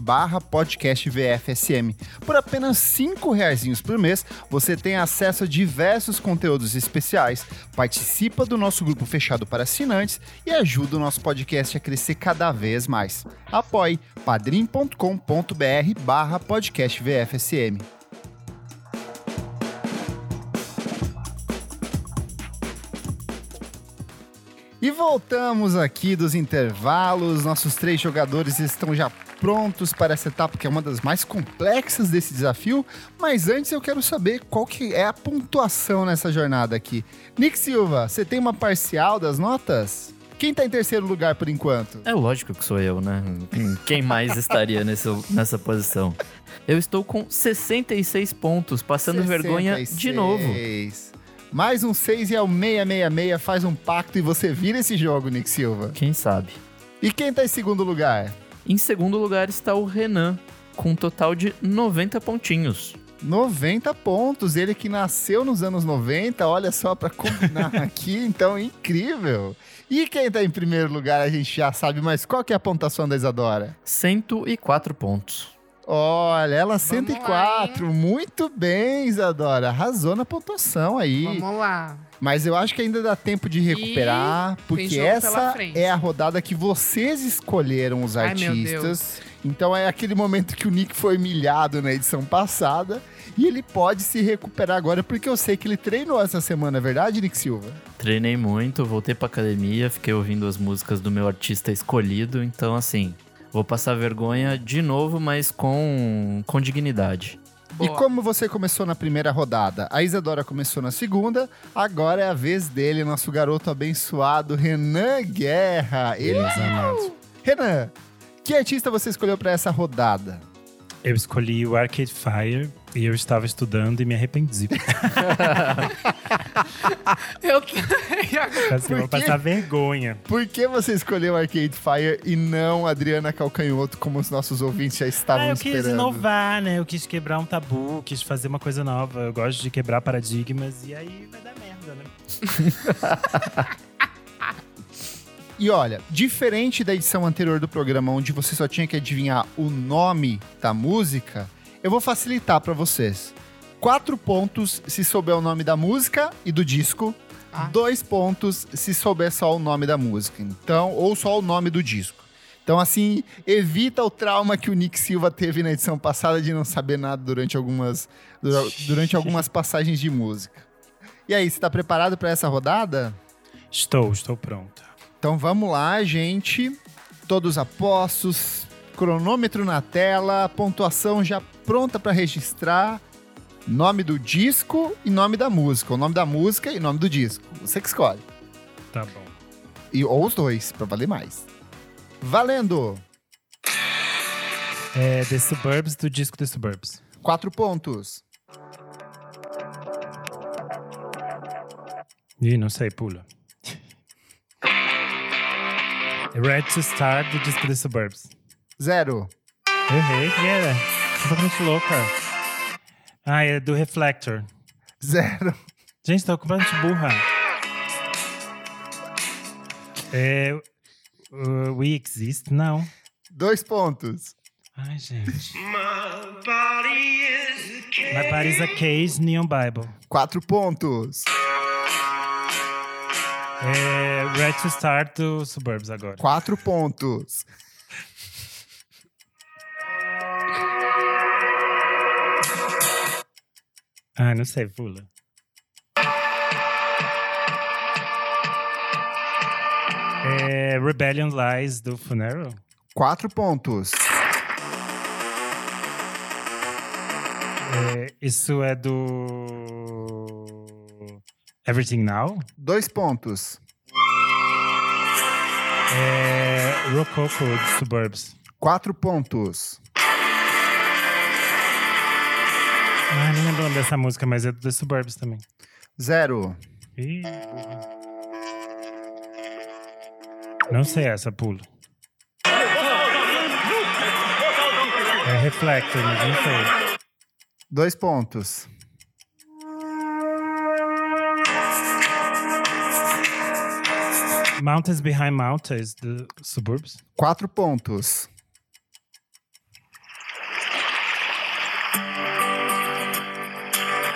Speaker 1: barra podcast VFSM. Por apenas cinco reaisinhos por mês, você tem acesso a diversos conteúdos especiais, participa do nosso grupo fechado para assinantes e ajuda o nosso podcast a crescer cada vez mais. Apoie padrim.com.br barra podcast VFSM. E voltamos aqui dos intervalos. Nossos três jogadores estão já prontos para essa etapa que é uma das mais complexas desse desafio. Mas antes eu quero saber qual que é a pontuação nessa jornada aqui. Nick Silva, você tem uma parcial das notas? Quem tá em terceiro lugar por enquanto?
Speaker 3: É lógico que sou eu, né? Quem- Quem mais estaria nesse, nessa posição? Eu estou com 66 pontos, passando vergonha de novo.
Speaker 1: 66. Mais um 6 e é o 666, faz um pacto e você vira esse jogo, Nick Silva.
Speaker 3: Quem sabe?
Speaker 1: E quem tá em segundo lugar?
Speaker 3: Em segundo lugar está o Renan, com um total de 90 pontinhos.
Speaker 1: 90 pontos, ele que nasceu nos anos 90, olha só pra combinar aqui, então incrível. E quem tá em primeiro lugar a gente já sabe, mas qual que é a pontuação da Isadora?
Speaker 3: 104 pontos.
Speaker 1: Olha, ela
Speaker 2: lá,
Speaker 1: 104, muito bem, Isadora, arrasou na pontuação aí.
Speaker 2: Vamos lá.
Speaker 1: Mas eu acho que ainda dá tempo de recuperar, porque
Speaker 2: jogo pela
Speaker 1: essa
Speaker 2: frente.
Speaker 1: é a rodada que vocês escolheram os
Speaker 2: Ai, meu
Speaker 1: artistas.
Speaker 2: Deus.
Speaker 1: Então é aquele momento que o Nick foi humilhado na edição passada e ele pode se recuperar agora, porque eu sei que ele treinou essa semana, é verdade, Nick Silva?
Speaker 3: Treinei muito, voltei pra academia, fiquei ouvindo as músicas do meu artista escolhido, então assim, vou passar vergonha de novo, mas com, com dignidade.
Speaker 1: E
Speaker 2: Boa.
Speaker 1: como você começou na primeira rodada, a Isadora começou na segunda, agora é a vez dele, nosso garoto abençoado, Renan Guerra. Ele... Renan, que artista você escolheu pra essa rodada?
Speaker 4: Eu escolhi o Arcade Fire e eu estava estudando e me arrependi.
Speaker 2: Eu E agora?
Speaker 4: Assim, eu vou
Speaker 1: Por quê?
Speaker 4: passar vergonha.
Speaker 1: Por que você escolheu Arcade Fire e não Adriana Calcanhoto, como os nossos ouvintes já estavam
Speaker 4: Ah, eu quis
Speaker 1: esperando?
Speaker 4: inovar, né? Eu quis quebrar um tabu, quis fazer uma coisa nova. Eu gosto de quebrar paradigmas e aí vai dar merda, né?
Speaker 1: E olha, diferente da edição anterior do programa, onde você só tinha que adivinhar o nome da música, eu vou facilitar pra vocês. Quatro pontos se souber o nome da música e do disco.
Speaker 2: Ah.
Speaker 1: Dois pontos se souber só o nome da música. Então, ou só o nome do disco. Então, assim, evita o trauma que o Nick Silva teve na edição passada de não saber nada durante algumas, dura- durante algumas passagens de música. E aí, você tá preparado pra essa rodada?
Speaker 4: Estou, estou pronta.
Speaker 1: Então vamos lá, gente. Todos apostos, cronômetro na tela, pontuação já pronta para registrar. Nome do disco e nome da música. O nome da música e nome do disco. Você que escolhe.
Speaker 4: Tá bom.
Speaker 1: E, ou os dois, para valer mais. Valendo!
Speaker 4: É The Suburbs do disco The Suburbs.
Speaker 1: Quatro pontos.
Speaker 4: Ih, não sei, pula. Red to Star do disco The Suburbs.
Speaker 1: Zero.
Speaker 4: Errei, que era? Totalmente louca. Ah, é do Reflector.
Speaker 1: Zero.
Speaker 4: Gente, tô completamente burra. É. uh, we Exist? Não.
Speaker 1: Dois pontos.
Speaker 4: Ai, gente. My body is a cage, Neon Bible.
Speaker 1: Quatro pontos.
Speaker 4: É, Red to Start do Suburbs agora.
Speaker 1: Quatro pontos.
Speaker 4: Ah, não sei, pula. É, Rebellion Lies do Funeral?
Speaker 1: Quatro pontos.
Speaker 4: É, isso é do. Everything Now?
Speaker 1: Dois pontos.
Speaker 4: É, Rococo do Suburbs.
Speaker 1: Quatro pontos.
Speaker 4: Ah, não lembro o nome dessa música, mas é do The Suburbs também.
Speaker 1: Zero.
Speaker 4: Ih. Não sei essa, pulo. É Reflector, mas não sei.
Speaker 1: Dois pontos.
Speaker 4: Mountains Behind Mountains, do Suburbs.
Speaker 1: Quatro pontos.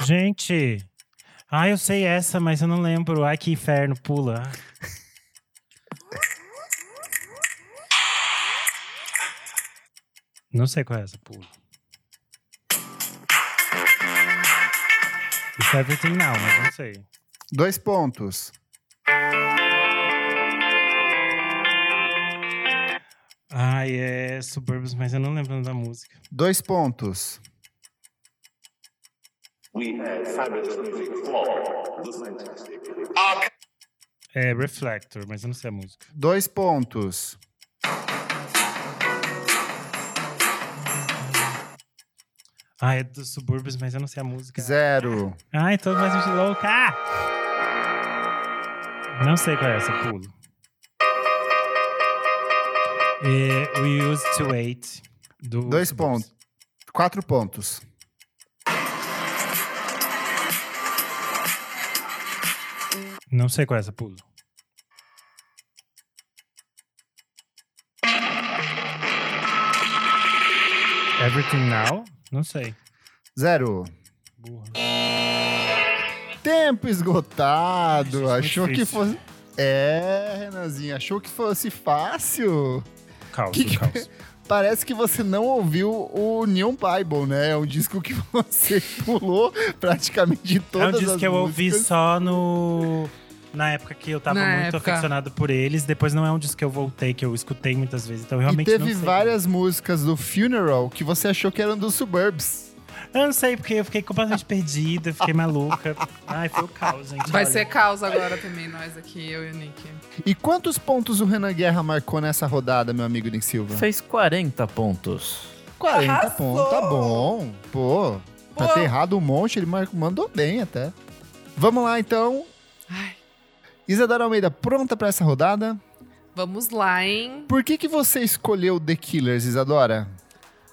Speaker 4: Gente, ah, eu sei essa, mas eu não lembro. Ai, que inferno, pula. Não sei qual é essa, pula. It's é everything now, mas não sei.
Speaker 1: Dois pontos.
Speaker 4: Ai, é Suburbs, mas eu não lembro o nome da música.
Speaker 1: Dois pontos.
Speaker 7: We have fabulous music for the fantastic.
Speaker 4: É Reflector, mas eu não sei a música.
Speaker 1: Dois pontos.
Speaker 4: Ah, é do Suburbs, mas eu não sei a música.
Speaker 1: Zero.
Speaker 4: Ai, todo mais gente louca! Ah! Não sei qual é essa, pulo. É, we used to wait. do
Speaker 1: Dois
Speaker 4: Suburbs.
Speaker 1: pontos. Quatro pontos.
Speaker 4: Não sei qual é essa, pulo. Everything Now? Não sei.
Speaker 1: Zero.
Speaker 4: Burra.
Speaker 1: Tempo esgotado.
Speaker 4: Ai, isso é
Speaker 1: achou
Speaker 4: muito
Speaker 1: que
Speaker 4: difícil.
Speaker 1: fosse. É, Renanzinho, achou que fosse fácil?
Speaker 4: Caos,
Speaker 1: Que que-
Speaker 4: caos.
Speaker 1: Parece que você não ouviu o Neon Bible, né? É um disco que você pulou praticamente
Speaker 4: É um
Speaker 1: todas as
Speaker 4: disco que eu ouvi
Speaker 1: músicas.
Speaker 4: só no. Na época que eu tava
Speaker 2: Na
Speaker 4: muito
Speaker 2: época.
Speaker 4: aficionado por eles. Depois não é um disco que eu voltei, que eu escutei muitas vezes. Então eu
Speaker 1: E
Speaker 4: realmente não
Speaker 1: teve
Speaker 4: sei.
Speaker 1: várias músicas do Funeral que você achou que eram dos Suburbs.
Speaker 4: Eu não sei, porque eu fiquei completamente perdida, eu fiquei maluca. Ai, foi o caos, gente.
Speaker 2: Vai
Speaker 4: olha.
Speaker 2: ser caos agora também, nós aqui, eu e o Nick.
Speaker 1: E quantos pontos o Renan Guerra marcou nessa rodada, meu amigo Nick Silva?
Speaker 3: Fez 40 pontos.
Speaker 1: 40
Speaker 2: Arrasou!
Speaker 1: pontos, tá bom. Pô, pra
Speaker 2: Pô.
Speaker 1: ter errado um monte, ele mar- mandou bem até. Vamos lá, então.
Speaker 2: Ai.
Speaker 1: Isadora Almeida, pronta pra essa rodada?
Speaker 2: Vamos lá, hein?
Speaker 1: Por que, que você escolheu The Killers, Isadora?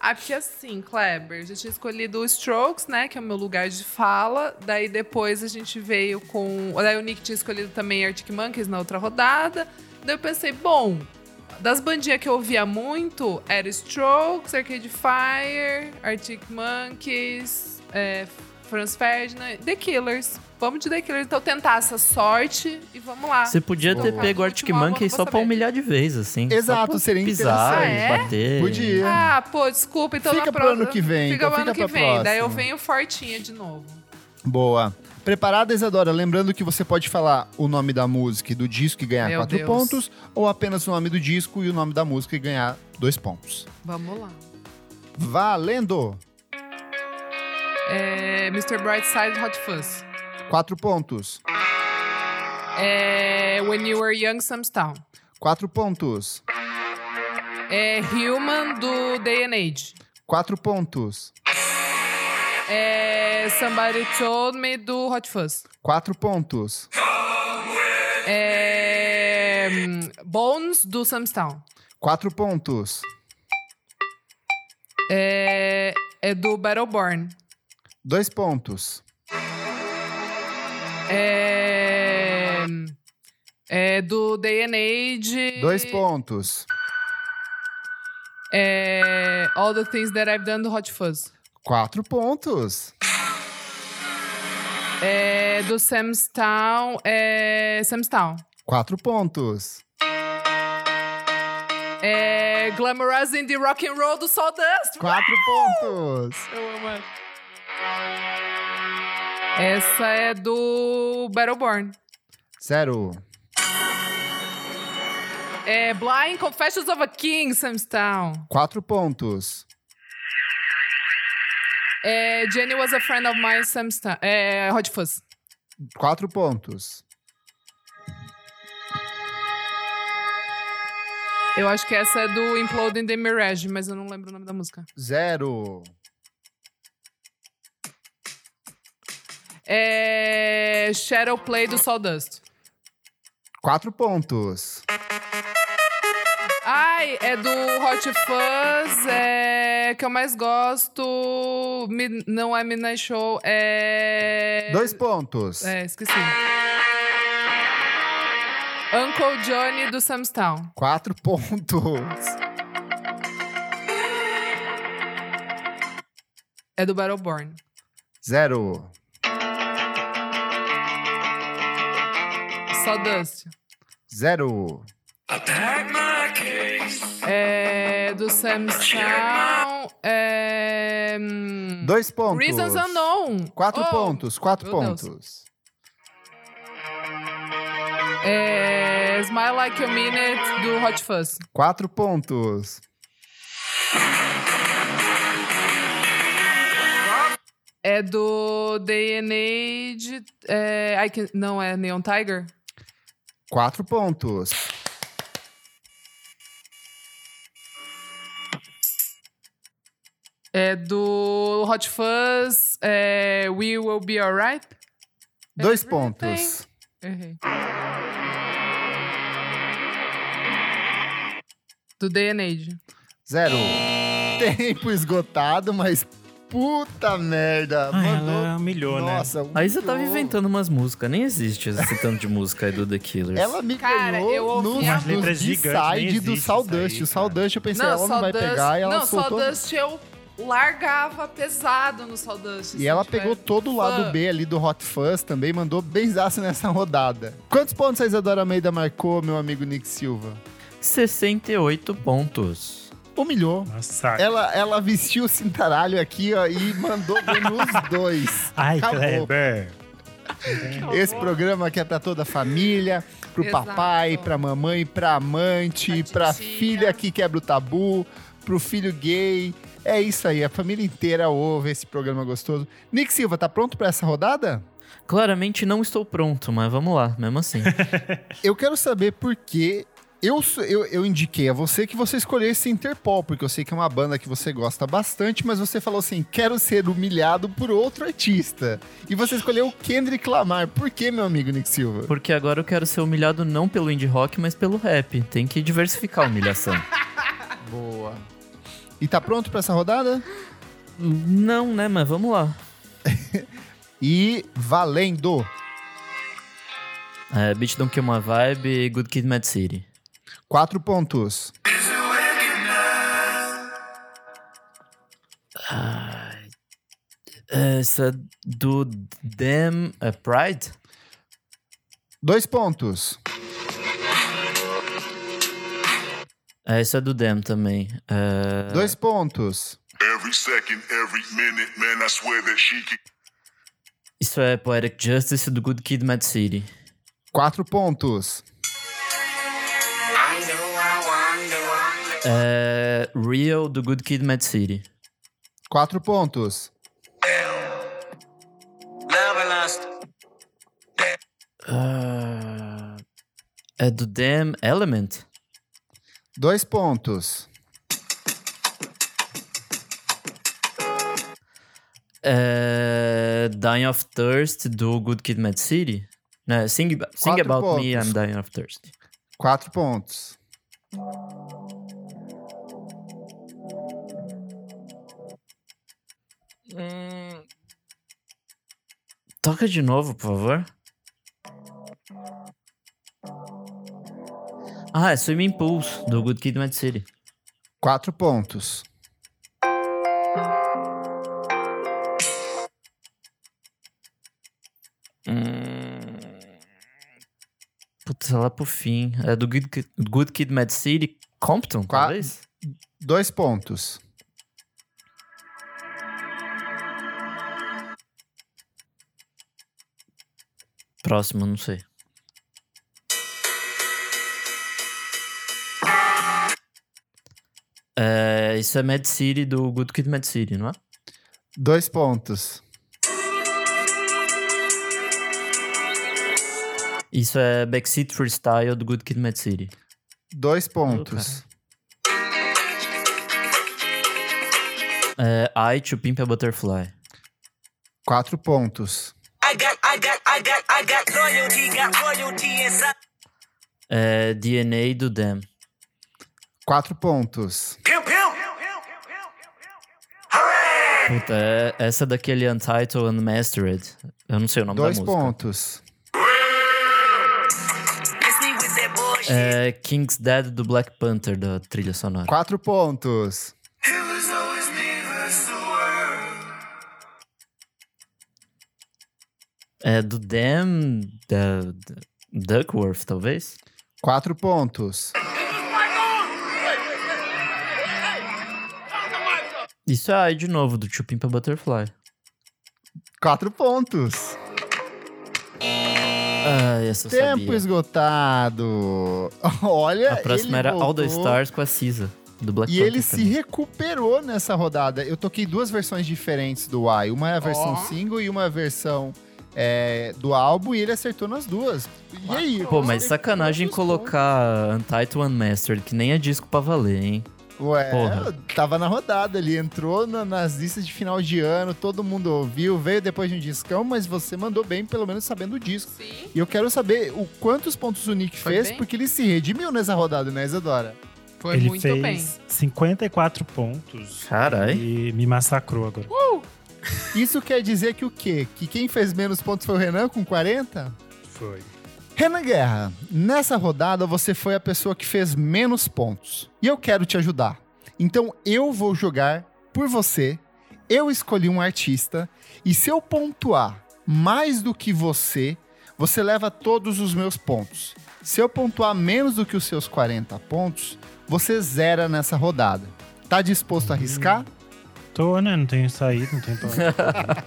Speaker 2: Ah, porque assim, Kleber, eu já tinha escolhido o Strokes, né? Que é o meu lugar de fala. Daí depois a gente veio com. Daí o Nick tinha escolhido também Arctic Monkeys na outra rodada. Daí eu pensei, bom, das bandinhas que eu ouvia muito era Strokes, Arcade Fire, Arctic Monkeys, é, Franz Ferdinand, The Killers. Vamos de The Killers, então tentar essa sorte e vamos lá.
Speaker 3: Você podia ter
Speaker 1: Boa.
Speaker 3: pego
Speaker 2: No
Speaker 3: Arctic
Speaker 2: último álbum eu não
Speaker 3: Monkey
Speaker 2: Ah, vou
Speaker 3: só pra
Speaker 2: saber.
Speaker 3: humilhar de vez, assim. Só
Speaker 1: Exato,
Speaker 3: pra
Speaker 1: seria
Speaker 3: pisar,
Speaker 2: interessante. Ah, é?
Speaker 3: bater.
Speaker 1: Podia.
Speaker 2: Ah, pô, desculpa, então
Speaker 1: Fica
Speaker 2: na
Speaker 1: pro ano
Speaker 2: próxima-
Speaker 1: que vem,
Speaker 2: Fica
Speaker 1: então,
Speaker 2: pro ano
Speaker 1: fica
Speaker 2: que
Speaker 1: pra
Speaker 2: vem. Daí eu
Speaker 1: próxima.
Speaker 2: venho fortinha de novo.
Speaker 1: Boa. Preparada, Isadora? Lembrando que você pode falar o nome da música e do disco e ganhar
Speaker 2: Meu
Speaker 1: quatro
Speaker 2: Deus.
Speaker 1: pontos, ou apenas o nome do disco e o nome da música e ganhar dois pontos.
Speaker 2: Vamos lá.
Speaker 1: Valendo!
Speaker 2: É, Mr. Brightside Hot Fuzz.
Speaker 1: Quatro pontos.
Speaker 2: É, When You Were Young, Samstown.
Speaker 1: Quatro pontos.
Speaker 2: É, Human, do Day and Age.
Speaker 1: Quatro pontos.
Speaker 2: É, Somebody Told Me, do Hot Fuzz.
Speaker 1: Quatro pontos.
Speaker 2: É, hum, Bones, do Samstown.
Speaker 1: Quatro pontos.
Speaker 2: É, é do Battleborn.
Speaker 1: Dois pontos.
Speaker 2: É, hum, é do Day and Age.
Speaker 1: Dois pontos.
Speaker 2: É, All the Things That I've Done, do Hot Fuzz.
Speaker 1: Quatro pontos.
Speaker 2: É, do Samstown. É, Samstown.
Speaker 1: Quatro pontos.
Speaker 2: É, Glamorous in the Rock and Roll do Sawdust.
Speaker 1: Quatro pontos.
Speaker 2: Eu amo essa. Essa é do Battleborn.
Speaker 1: Zero.
Speaker 2: É Blind Confessions of a King, Samstown.
Speaker 1: Quatro pontos.
Speaker 2: É Jenny Was a Friend of Mine, Samstown. É Hot Fuzz.
Speaker 1: Quatro pontos.
Speaker 2: Eu acho que essa é do Imploding the Mirage, mas eu não lembro o nome da música.
Speaker 1: Zero.
Speaker 2: É Shadow Play do Sawdust.
Speaker 1: Quatro pontos.
Speaker 2: É. Ai, é do Hot Fuzz, é, que eu mais gosto. Mid- não é Midnight Show, é.
Speaker 1: Dois pontos.
Speaker 2: É, esqueci. Uncle Johnny do Samstown.
Speaker 1: Quatro pontos.
Speaker 2: É do Battleborn.
Speaker 1: Zero.
Speaker 2: Só Dust.
Speaker 1: Zero.
Speaker 2: É do Samstown. É. hum,
Speaker 1: Dois pontos.
Speaker 2: Reasons Unknown.
Speaker 1: Quatro
Speaker 2: Oh,
Speaker 1: pontos. Quatro
Speaker 2: meu Deus.
Speaker 1: pontos.
Speaker 2: É. Smile Like a Minute do Hot Fuzz.
Speaker 1: Quatro pontos.
Speaker 2: É do DNA de. É, I can- não, é Neon Tiger?
Speaker 1: Quatro pontos.
Speaker 2: É do Hot Fuzz. É, We Will Be Alright?
Speaker 1: Dois
Speaker 2: Everything.
Speaker 1: pontos.
Speaker 2: Errei. Do DNA. de-
Speaker 1: Zero. Tempo esgotado, mas puta merda.
Speaker 4: Ai,
Speaker 1: Mandou.
Speaker 4: ela humilhou, né?
Speaker 1: Nossa,
Speaker 3: Aí você tá tava
Speaker 1: humilhou.
Speaker 3: inventando umas músicas, nem existe esse tanto de música aí do The Killers.
Speaker 1: Ela me
Speaker 2: Cara,
Speaker 1: ganhou
Speaker 2: eu ouvi
Speaker 1: no,
Speaker 2: a-
Speaker 1: nos
Speaker 4: Umas letras gigantes, nem
Speaker 1: side do
Speaker 4: existe
Speaker 1: Saldust.
Speaker 4: isso aí,
Speaker 1: o Saldust eu pensei, ela não vai
Speaker 2: Sawdust-
Speaker 1: pegar e ela
Speaker 2: Não,
Speaker 1: soltou.
Speaker 2: Sawdust eu largava pesado no Sawdust. assim, tipo, é
Speaker 1: E ela pegou todo o lado
Speaker 2: fã.
Speaker 1: B ali do Hot Fuzz também, mandou benzaço nessa rodada. Quantos pontos a Isadora Almeida marcou, meu amigo Nick Silva?
Speaker 3: 68 pontos.
Speaker 1: Humilhou.
Speaker 4: Nossa.
Speaker 1: Ela, ela vestiu o cintaralho aqui ó, e mandou bem nos dois.
Speaker 4: Ai,
Speaker 1: Acabou.
Speaker 4: Kleber.
Speaker 1: Esse programa que é pra toda a família, pro
Speaker 2: Exato.
Speaker 1: papai, pra mamãe, pra amante, pra,
Speaker 2: Pra titia.
Speaker 1: filha que quebra o tabu, pro filho gay. É isso aí, a família inteira ouve esse programa gostoso. Nick Silva, tá pronto pra essa rodada?
Speaker 3: Claramente não estou pronto, mas vamos lá, mesmo assim.
Speaker 1: Eu quero saber por que eu, sou- eu, eu indiquei a você que você escolhesse Interpol, porque eu sei que é uma banda que você gosta bastante, mas você falou assim: quero ser humilhado por outro artista. E você escolheu o Kendrick Lamar. Por que, meu amigo Nick Silva?
Speaker 3: Porque agora eu quero ser humilhado não pelo indie rock, mas pelo rap. Tem que diversificar a humilhação.
Speaker 1: Boa. E tá pronto pra essa rodada?
Speaker 3: não, né, mas vamos lá.
Speaker 1: E valendo!
Speaker 3: É, Beat Don't Kill My Vibe e Good Kid Mad City.
Speaker 1: Quatro pontos.
Speaker 3: Essa é do Damn é Pride?
Speaker 1: Dois pontos.
Speaker 3: Essa é do Damn também. É,
Speaker 1: Dois pontos.
Speaker 5: Every second, every minute, man, I swear that she could.
Speaker 3: Isso é Poetic Justice do Good Kid Mad City.
Speaker 1: Quatro pontos.
Speaker 3: É, Real do Good Kid Mad City.
Speaker 1: Quatro pontos.
Speaker 3: Ah, é do Damn Element?
Speaker 1: Dois pontos.
Speaker 3: É, Dying of Thirst do Good Kid Mad City? Né, sing sing
Speaker 1: Quatro
Speaker 3: About Me,
Speaker 1: pontos.
Speaker 3: I'm Dying of Thirst.
Speaker 1: Quatro pontos.
Speaker 3: Toca de novo, por favor. Ah, é Swimming Pools do Good Kid Mad City.
Speaker 1: Quatro pontos.
Speaker 3: Putz, é lá pro fim. É do Good Kid, Good Kid Mad City, Compton,
Speaker 1: Qua-
Speaker 3: talvez?
Speaker 1: Dois pontos.
Speaker 3: Próximo, não sei. É, isso é Mad City do Good Kid Mad City, não é?
Speaker 1: Dois pontos.
Speaker 3: Isso é Backseat Freestyle do Good Kid Mad City.
Speaker 1: Dois pontos.
Speaker 3: É I to Pimp a Butterfly.
Speaker 1: Quatro pontos.
Speaker 6: I got, I got, I got, I got loyalty, got royalty inside.
Speaker 3: É DNA do Damn.
Speaker 1: Quatro pontos.
Speaker 5: Pimp, pimp.
Speaker 3: Puta, é, essa é daquele Untitled Unmastered. Eu não sei o nome
Speaker 1: Dois
Speaker 3: da música.
Speaker 1: pontos.
Speaker 6: Miss me with that
Speaker 3: É King's Dead do Black Panther, da trilha sonora.
Speaker 1: Quatro pontos.
Speaker 5: It was always me versus the world.
Speaker 3: É do Dan da, da- Duckworth, talvez?
Speaker 1: Quatro pontos.
Speaker 3: Isso é ai de novo, do Chupim pra Butterfly.
Speaker 1: Quatro pontos.
Speaker 3: Ai, Ah, essa eu
Speaker 1: Tempo
Speaker 3: sabia.
Speaker 1: esgotado. Olha.
Speaker 3: A próxima
Speaker 1: é, ele
Speaker 3: era All the
Speaker 1: voltou.
Speaker 3: Stars com a Cisa, do Black
Speaker 1: E
Speaker 3: Panther.
Speaker 1: ele se
Speaker 3: também.
Speaker 1: recuperou nessa rodada. Eu toquei duas versões diferentes do Y. Uma é a versão
Speaker 2: Ó.
Speaker 1: single e uma é a versão é, do álbum. E ele acertou nas duas. E aí?
Speaker 3: Pô, mas
Speaker 1: você-
Speaker 3: sacanagem
Speaker 1: quantos pontos?
Speaker 3: colocar Untitled Unmastered, que nem é disco pra valer, hein?
Speaker 1: Ué,
Speaker 3: Porra.
Speaker 1: tava na rodada, ele entrou na- nas listas de final de ano, todo mundo ouviu, veio depois de um discão, mas você mandou bem, pelo menos sabendo o disco.
Speaker 2: Sim.
Speaker 1: E eu quero saber o quantos pontos o Nick
Speaker 2: Foi
Speaker 1: fez,
Speaker 2: bem?
Speaker 1: porque ele se redimiu nessa rodada, né, Isadora?
Speaker 2: Foi
Speaker 4: Ele
Speaker 2: muito
Speaker 4: fez
Speaker 2: bem.
Speaker 4: 54 pontos.
Speaker 3: Carai.
Speaker 4: E me massacrou agora.
Speaker 1: Isso quer dizer que o quê? Que quem fez menos pontos foi o Renan, com 40?
Speaker 4: Foi.
Speaker 1: Renan Guerra, nessa rodada você foi a pessoa que fez menos pontos. E eu quero te ajudar. Então eu vou jogar por você. Eu escolhi um artista. E se eu pontuar mais do que você, você leva todos os meus pontos. Se eu pontuar menos do que os seus 40 pontos, você zera nessa rodada. Tá disposto a arriscar?
Speaker 4: Tô, né? Não tenho saído, não tenho pra-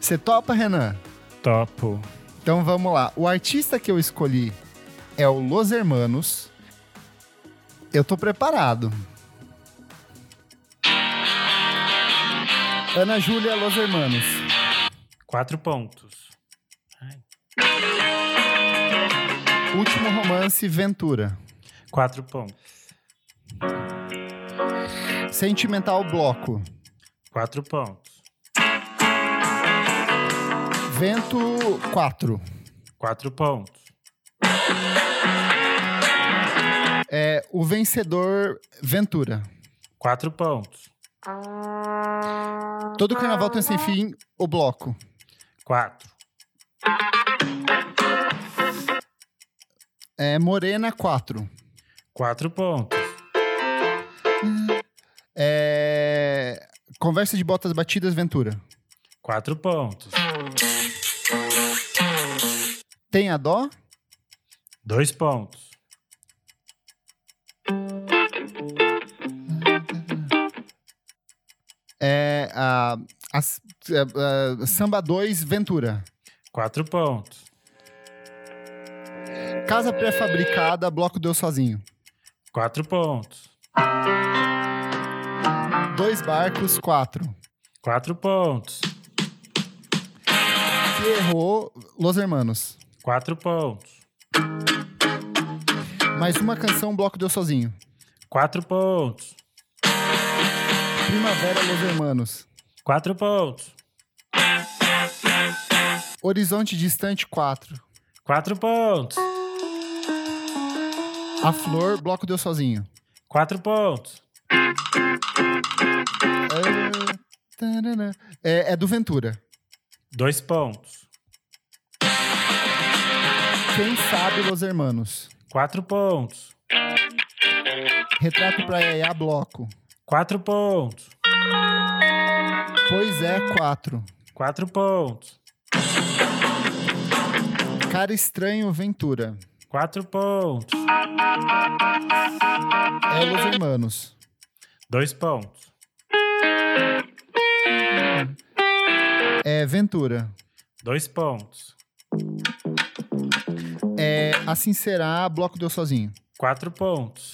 Speaker 1: Você topa, Renan?
Speaker 4: Topo.
Speaker 1: Então vamos lá. O artista que eu escolhi é o Los Hermanos. Eu tô preparado. Ana Júlia Los Hermanos.
Speaker 4: Quatro pontos.
Speaker 1: Último romance Ventura.
Speaker 4: Quatro pontos.
Speaker 1: Sentimental Bloco.
Speaker 4: Quatro pontos.
Speaker 1: Vento 4.
Speaker 4: Quatro pontos.
Speaker 1: É o vencedor Ventura.
Speaker 4: Quatro pontos.
Speaker 1: Todo carnaval tem sem fim o bloco.
Speaker 4: Quatro.
Speaker 1: É Morena 4.
Speaker 4: Quatro pontos.
Speaker 1: É Conversa de botas batidas Ventura.
Speaker 4: Quatro pontos.
Speaker 1: Tem a dó?
Speaker 4: Dois pontos.
Speaker 1: é a, a- a- a- Samba 2 Ventura.
Speaker 4: Quatro pontos.
Speaker 1: Casa pré-fabricada, bloco deu sozinho.
Speaker 4: Quatro pontos.
Speaker 1: Dois barcos, quatro.
Speaker 4: Quatro pontos.
Speaker 1: Que errou, Los Hermanos.
Speaker 4: Quatro pontos.
Speaker 1: Mais uma canção, bloco deu sozinho.
Speaker 4: Quatro pontos.
Speaker 1: Primavera, Los Hermanos.
Speaker 4: Quatro pontos.
Speaker 1: Horizonte distante, quatro.
Speaker 4: Quatro pontos.
Speaker 1: A flor, bloco deu sozinho.
Speaker 4: Quatro pontos.
Speaker 1: É, tarará. É, é do Ventura.
Speaker 4: Dois pontos.
Speaker 1: Quem sabe, Los Hermanos.
Speaker 4: Quatro pontos.
Speaker 1: Retrato pra Yaya, bloco.
Speaker 4: Quatro pontos.
Speaker 1: Pois é, quatro.
Speaker 4: Quatro pontos.
Speaker 1: Cara estranho, Ventura.
Speaker 4: Quatro pontos.
Speaker 1: É Los Hermanos.
Speaker 4: Dois pontos.
Speaker 1: É Ventura.
Speaker 4: Dois pontos.
Speaker 1: É, assim será, bloco deu sozinho.
Speaker 4: Quatro pontos.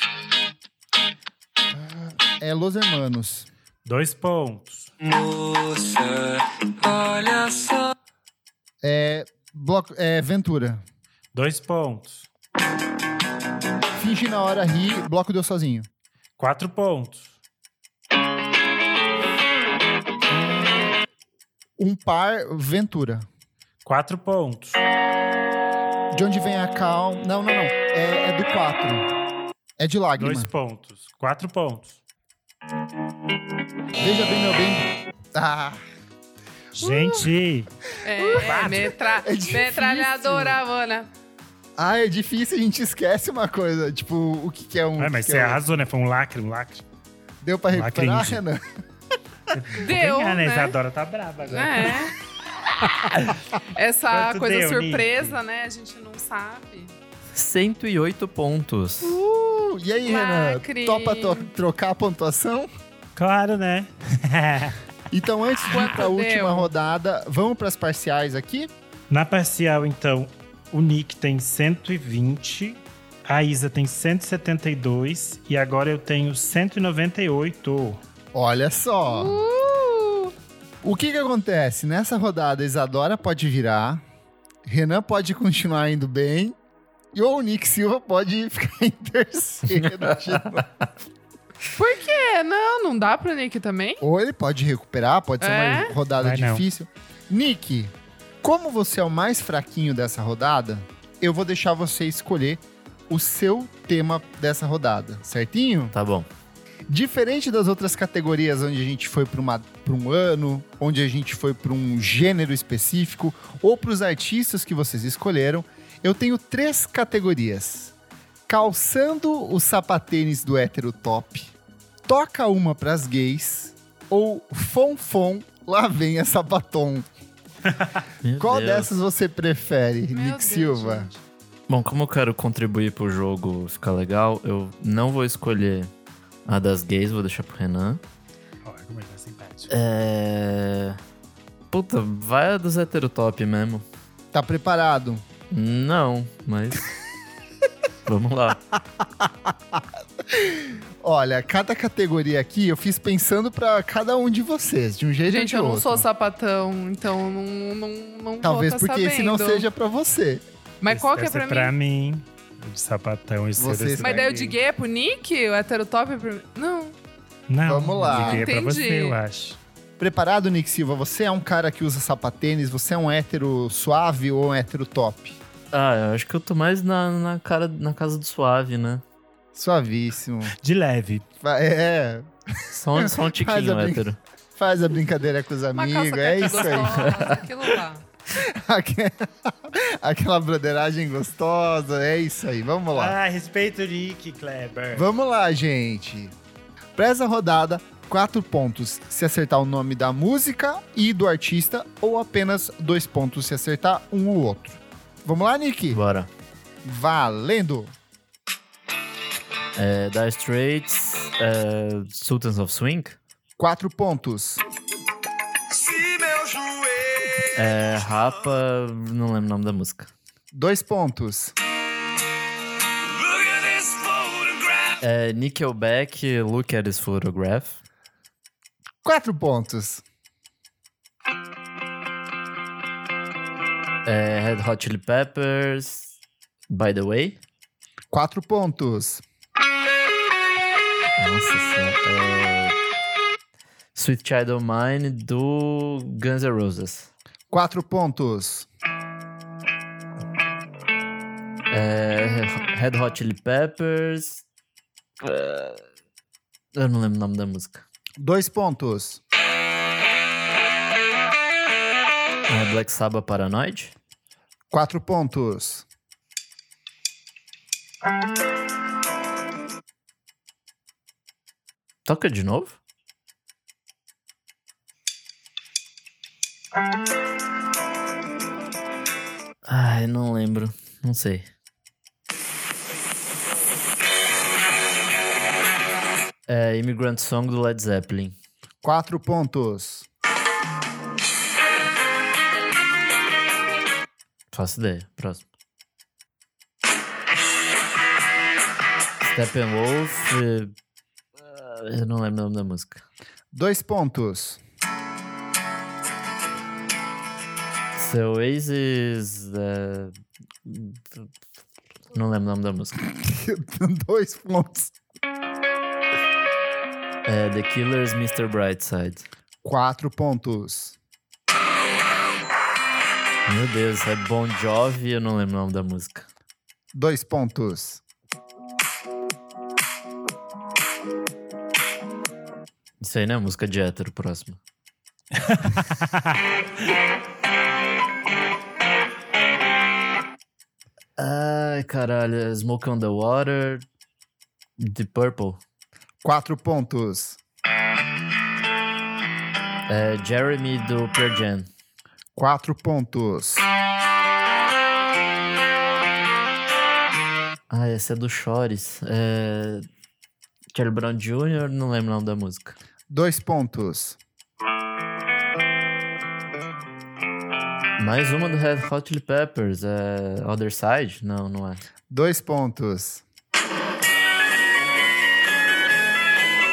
Speaker 1: É Los Hermanos.
Speaker 4: Dois pontos.
Speaker 1: É, bloco, é Ventura.
Speaker 4: Dois pontos.
Speaker 1: Finge na hora rir, bloco deu sozinho.
Speaker 4: Quatro pontos.
Speaker 1: Um par, Ventura.
Speaker 4: Quatro pontos.
Speaker 1: De onde vem a cal? Não, não, não. É, é do 4. É de lágrima.
Speaker 4: Dois pontos. Quatro pontos.
Speaker 2: Uh.
Speaker 1: Veja bem, meu bem. Ah,
Speaker 4: Gente,
Speaker 2: É, é metra...
Speaker 1: É difícil.
Speaker 2: metralhadora, Havana.
Speaker 1: Ah, é difícil, a gente esquece uma coisa. Tipo, o que, que é um.
Speaker 4: Ah, mas
Speaker 1: que
Speaker 4: você
Speaker 1: é um-
Speaker 4: arrasou, né? Foi um lacre, um lacre.
Speaker 1: Deu pra recuperar,
Speaker 4: Lacrinho.
Speaker 1: Renan?
Speaker 2: Deu,
Speaker 4: Ganhar,
Speaker 2: né?
Speaker 4: Isadora tá brava agora.
Speaker 1: né?
Speaker 2: É. Essa
Speaker 4: Quanto
Speaker 2: coisa
Speaker 4: deu,
Speaker 2: surpresa, né? A gente não sabe.
Speaker 3: 108 pontos.
Speaker 1: Uh, e aí,
Speaker 2: Lacre.
Speaker 1: Renan? Topa to- trocar a pontuação?
Speaker 4: Claro, né?
Speaker 1: Então, antes de ir
Speaker 2: Quanto
Speaker 1: pra
Speaker 2: deu?
Speaker 1: última rodada, vamos pras parciais aqui?
Speaker 4: Na parcial, então, o Nick tem 120, a Isa tem 172 e agora eu tenho 198.
Speaker 1: Olha só.
Speaker 2: Uh,
Speaker 1: O que que acontece? Nessa rodada, Isadora pode virar, Renan pode continuar indo bem, e ou o Nick Silva pode ficar em terceiro. gente.
Speaker 2: Por quê? Não, não dá pro Nick também?
Speaker 1: ou ele pode recuperar, pode ser
Speaker 2: É?
Speaker 1: uma rodada
Speaker 4: Vai não.
Speaker 1: difícil. Nick, como você é o mais fraquinho dessa rodada, eu vou deixar você escolher o seu tema dessa rodada, certinho?
Speaker 3: Tá bom.
Speaker 1: Diferente das outras categorias onde a gente foi para um ano, onde a gente foi para um gênero específico ou para os artistas que vocês escolheram, eu tenho três categorias: calçando os sapatênis do hétero top, toca uma pras gays ou fonfon lá vem a sapatom.
Speaker 3: Meu
Speaker 1: Qual
Speaker 3: Deus.
Speaker 1: dessas você prefere,
Speaker 2: Meu
Speaker 1: Nick
Speaker 2: Deus,
Speaker 1: Silva?
Speaker 2: gente.
Speaker 3: Bom, como eu quero contribuir pro jogo ficar legal, eu não vou escolher a das gays, vou deixar pro Renan.
Speaker 4: Olha como ele tá simpático.
Speaker 3: É. Puta, vai a dos heterotop mesmo.
Speaker 1: Tá preparado?
Speaker 3: Não, mas. Vamos lá.
Speaker 1: Olha, cada categoria aqui eu fiz pensando para cada um de vocês, de um jeito ou
Speaker 2: Gente,
Speaker 1: de
Speaker 2: eu não
Speaker 1: outro.
Speaker 2: sou sapatão, então não, não, não
Speaker 1: Talvez
Speaker 2: vou tá
Speaker 1: porque esse não
Speaker 2: sabendo.
Speaker 1: seja pra você.
Speaker 2: Mas qual que é
Speaker 4: Essa
Speaker 2: pra,
Speaker 4: pra
Speaker 2: mim?
Speaker 4: mim? O de sapatão e
Speaker 1: Você-
Speaker 4: desse
Speaker 2: Mas daí o
Speaker 4: daqui.
Speaker 2: de gay é pro Nick? O heterotop é pro mim? Não.
Speaker 4: Não,
Speaker 1: Vamos lá.
Speaker 4: o de gay é pra
Speaker 2: Entendi.
Speaker 4: você, eu acho.
Speaker 1: Preparado, Nick Silva? Você é um cara que usa sapatênis? Você é um hétero suave ou um hétero top?
Speaker 3: Ah, eu acho que eu tô mais na, na, cara, na casa do suave, né?
Speaker 1: Suavíssimo.
Speaker 4: De leve.
Speaker 1: Fa- É,
Speaker 3: Só um, só um
Speaker 1: Faz a
Speaker 3: tiquinho
Speaker 1: brinca-
Speaker 3: hétero.
Speaker 1: faz a brincadeira com os
Speaker 2: Uma
Speaker 1: amigos,
Speaker 2: calça
Speaker 1: é
Speaker 2: é
Speaker 1: isso aí.
Speaker 2: gostosa, aquilo lá.
Speaker 1: Aque- Aquela broderagem gostosa, é isso aí. Vamos lá.
Speaker 4: Ah, respeito o Nick, Kleber.
Speaker 1: Vamos lá, gente. Pra essa rodada, quatro pontos se acertar o nome da música e do artista, ou apenas dois pontos se acertar um ou outro. Vamos lá, Nick?
Speaker 3: Bora.
Speaker 1: Valendo!
Speaker 3: É, Dire Straits, é, Sultans of Swing,
Speaker 1: Quatro pontos.
Speaker 5: Se meu joelho
Speaker 3: é, Rapa, não lembro o nome da música.
Speaker 1: Dois pontos.
Speaker 5: Look at this photograph
Speaker 3: É, Nickelback, Look at This Photograph.
Speaker 1: Quatro pontos.
Speaker 3: É, Red Hot Chili Peppers, By The Way.
Speaker 1: Quatro pontos.
Speaker 3: Nossa senhora. é, Sweet Child O' Mine, do Guns N' Roses.
Speaker 1: Quatro pontos.
Speaker 3: É, Red Hot Chili Peppers. é, eu não lembro o nome da música.
Speaker 1: Dois pontos.
Speaker 3: É, Black Sabbath Paranoid.
Speaker 1: Quatro pontos.
Speaker 3: Toca de novo? Ai, Ah, não lembro. Não sei. É Immigrant Song do Led Zeppelin.
Speaker 1: Quatro pontos.
Speaker 3: Faço ideia. Próximo. Steppenwolf. eh, Eu não lembro o nome da música.
Speaker 1: Dois pontos.
Speaker 3: The Oasis. eh, Não lembro o nome da música.
Speaker 1: Dois pontos.
Speaker 3: É, The Killers, Mr. Brightside.
Speaker 1: Quatro pontos.
Speaker 3: Meu Deus, é Bon Jovi, eu não lembro o nome da música.
Speaker 1: Dois pontos.
Speaker 3: Isso aí não é música de hétero, próximo. ah, Ai, caralho. Smoke on the Water. The Purple.
Speaker 1: Quatro pontos.
Speaker 3: É, Jeremy do Pearl Jam.
Speaker 1: Quatro pontos.
Speaker 3: Ah, essa é do Chores. É... Charlie Brown Jr., não lembro o nome da música.
Speaker 1: Dois pontos.
Speaker 3: Mais uma do Red Hot Chili Peppers. É... Other Side? Não, não é.
Speaker 1: Dois pontos.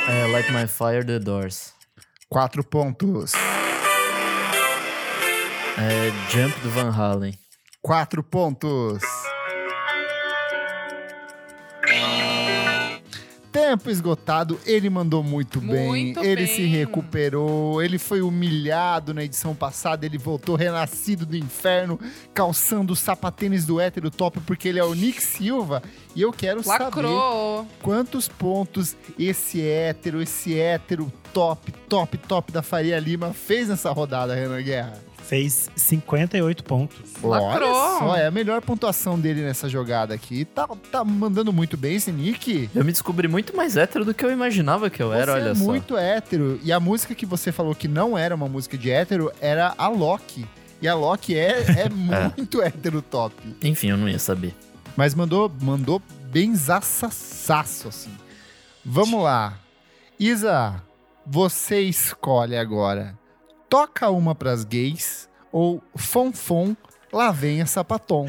Speaker 3: É Like My Fire, The Doors.
Speaker 1: Quatro pontos.
Speaker 3: É Jump do Van Halen.
Speaker 1: Quatro pontos. Tempo esgotado, ele mandou muito, bem,
Speaker 2: Muito
Speaker 1: ele
Speaker 2: bem.
Speaker 1: se recuperou, ele foi humilhado na edição passada, ele voltou renascido do inferno, calçando os sapatênis do hétero top, porque ele é o Nick Silva, e eu quero saber
Speaker 2: Lacrou.
Speaker 1: quantos pontos esse hétero, esse hétero top, top, top da Faria Lima fez nessa rodada, Renan Guerra.
Speaker 4: Fez 58 pontos.
Speaker 2: Lacrou.
Speaker 1: Olha só, é a melhor pontuação dele nessa jogada aqui. Tá, tá mandando muito bem esse Nick.
Speaker 3: Eu me descobri muito mais hétero do que eu imaginava que eu era,
Speaker 1: você
Speaker 3: olha
Speaker 1: é
Speaker 3: só.
Speaker 1: muito hétero. E a música que você falou que não era uma música de hétero era a Loki. E a Loki é, é muito hétero top.
Speaker 3: Enfim, eu não ia saber.
Speaker 1: Mas mandou, mandou bem zaçaçaço, assim. Vamos lá. Isa, você escolhe agora. Toca uma pras gays ou fonfon, lá vem a sapatom.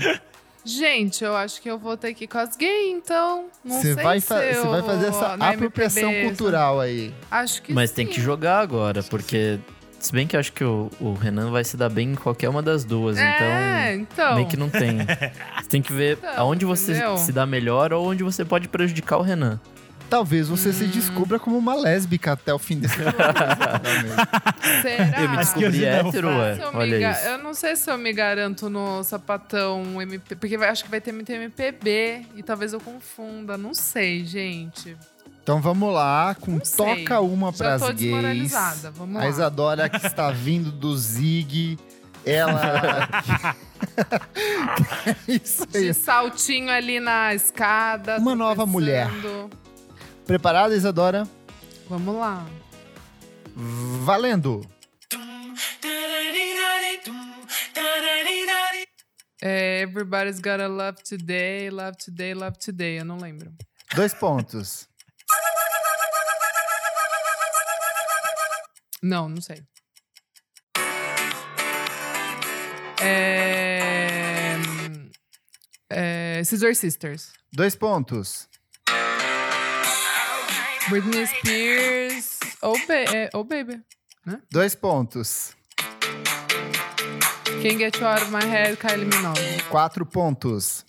Speaker 2: Gente, eu acho que eu vou ter que ir com as gays, então. Não
Speaker 1: Você
Speaker 2: sei
Speaker 1: vai,
Speaker 2: se
Speaker 1: fa- você
Speaker 2: eu
Speaker 1: vai fazer essa
Speaker 2: na
Speaker 1: apropriação
Speaker 2: MPB,
Speaker 1: cultural aí.
Speaker 2: Acho que
Speaker 3: Mas
Speaker 2: sim.
Speaker 3: tem que jogar agora, porque. Se bem que eu acho que o, o Renan vai se dar bem em qualquer uma das duas,
Speaker 2: É, então.
Speaker 3: então. Meio que não tem. Você tem que ver
Speaker 2: Então,
Speaker 3: aonde você
Speaker 2: entendeu?
Speaker 3: se dá melhor ou onde você pode prejudicar o Renan.
Speaker 1: Talvez você se
Speaker 2: Hum.
Speaker 1: descubra como uma lésbica até o fim desse programa.
Speaker 2: Será?
Speaker 3: Eu me
Speaker 4: Acho que eu
Speaker 3: descobri
Speaker 4: não
Speaker 3: hétero,
Speaker 4: faço.
Speaker 3: ué.
Speaker 2: Se eu, me
Speaker 3: Olha
Speaker 2: ga-
Speaker 3: isso.
Speaker 2: eu não sei se eu me garanto no sapatão MP, porque vai- acho que vai ter muito MPB e talvez eu confunda, não sei, gente.
Speaker 1: Então vamos lá com
Speaker 2: Não sei.
Speaker 1: Toca Uma
Speaker 2: Já
Speaker 1: Pras
Speaker 2: tô
Speaker 1: Gays.
Speaker 2: desmoralizada, vamos
Speaker 1: A
Speaker 2: lá.
Speaker 1: Isadora que está vindo do Zig. Ela. É Isso aí.
Speaker 2: De saltinho ali na escada.
Speaker 1: Uma nova mulher.
Speaker 2: tropeçando.
Speaker 1: Preparada, Isadora?
Speaker 2: Vamos lá.
Speaker 1: Valendo!
Speaker 2: É, Everybody's Gotta Love Today, Love Today, Love Today. Eu não lembro.
Speaker 1: Dois pontos.
Speaker 2: Não, não sei. É... é, Scissor Sisters.
Speaker 1: Dois pontos.
Speaker 2: Britney Spears. Oh, ba- é, oh Baby.
Speaker 1: Dois pontos.
Speaker 2: Can't Get You Out of My Head, Kylie Minogue.
Speaker 1: Quatro pontos.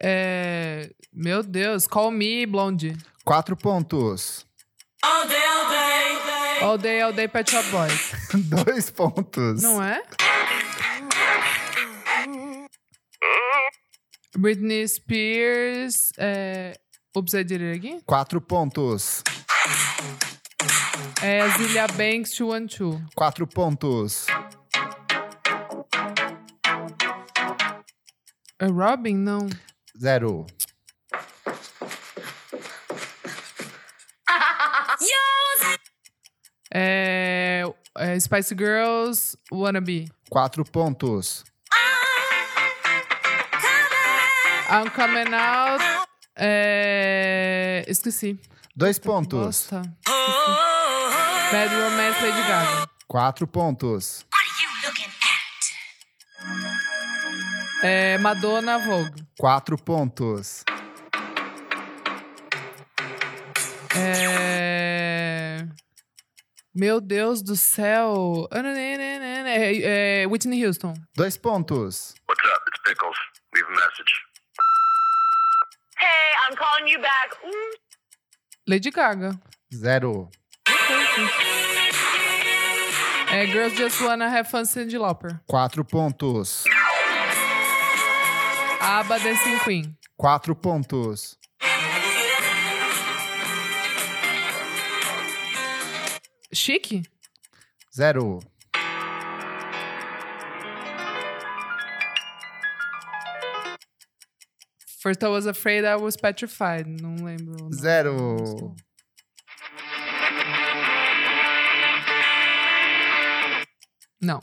Speaker 2: É, meu Deus. Call Me, Blondie.
Speaker 1: Quatro pontos.
Speaker 2: All Day, All Day, Pet Shop Boys.
Speaker 1: Dois pontos.
Speaker 2: Não é? Britney Spears. É... Oops, I did it again.
Speaker 1: Quatro pontos.
Speaker 2: É Azilia Banks, 212.
Speaker 1: Quatro pontos.
Speaker 2: É Robin? Não.
Speaker 1: Zero.
Speaker 2: É, é Spice Girls, Wannabe.
Speaker 1: Quatro pontos.
Speaker 2: I'm Coming Out. É, esqueci.
Speaker 1: Dois pontos.
Speaker 2: Bosta. Esqueci. Bad Romance, Lady Gaga.
Speaker 1: Quatro pontos.
Speaker 2: É Madonna, Vogue.
Speaker 1: Quatro pontos.
Speaker 2: É... Meu Deus do céu. Ah, né, É, é, Whitney Houston.
Speaker 1: Dois pontos.
Speaker 7: What's up? It's Pickles. Leave a message.
Speaker 6: Hey, I'm calling you back. Ooh.
Speaker 2: Lady Gaga.
Speaker 1: Zero.
Speaker 2: É Girls Just Wanna Have Fun, Cyndi Lauper.
Speaker 1: Quatro pontos.
Speaker 2: Abba, Dancing Queen.
Speaker 1: Quatro pontos.
Speaker 2: Chique?
Speaker 1: Zero.
Speaker 2: First I was afraid, I was petrified. Não lembro. o nome
Speaker 1: Zero.
Speaker 2: da música. Não.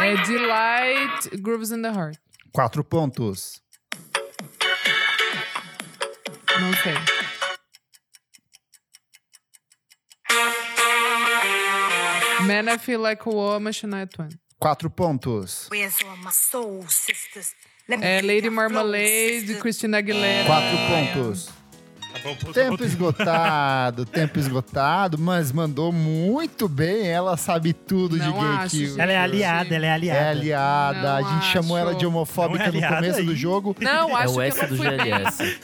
Speaker 2: É Delight Grooves in the Heart.
Speaker 1: Quatro pontos.
Speaker 2: Não sei. Man, I feel like a woman, Shania Twain.
Speaker 1: Quatro pontos.
Speaker 6: Where's all my soul sisters? Let me
Speaker 2: É
Speaker 6: feel
Speaker 2: Lady
Speaker 6: your flow,
Speaker 2: Marmalade,
Speaker 6: sister.
Speaker 2: Christina Aguilera.
Speaker 1: Quatro pontos.
Speaker 4: Tá bom, ponto,
Speaker 1: Tempo
Speaker 4: ponto.
Speaker 1: esgotado, tempo esgotado, mas mandou muito bem. Ela sabe tudo de
Speaker 2: Não acho,
Speaker 1: GameCube.
Speaker 2: gente.
Speaker 4: Ela é aliada, ela é aliada.
Speaker 1: É aliada.
Speaker 2: Não
Speaker 1: a gente
Speaker 2: acho.
Speaker 1: chamou ela de
Speaker 4: Não
Speaker 1: homofóbica
Speaker 4: é
Speaker 1: no
Speaker 4: aliada
Speaker 1: começo do
Speaker 4: aí.
Speaker 1: jogo.
Speaker 2: Não,
Speaker 3: É
Speaker 2: acho
Speaker 3: o
Speaker 2: que
Speaker 3: S
Speaker 2: eu
Speaker 3: do
Speaker 2: não fui bem.
Speaker 3: GLS.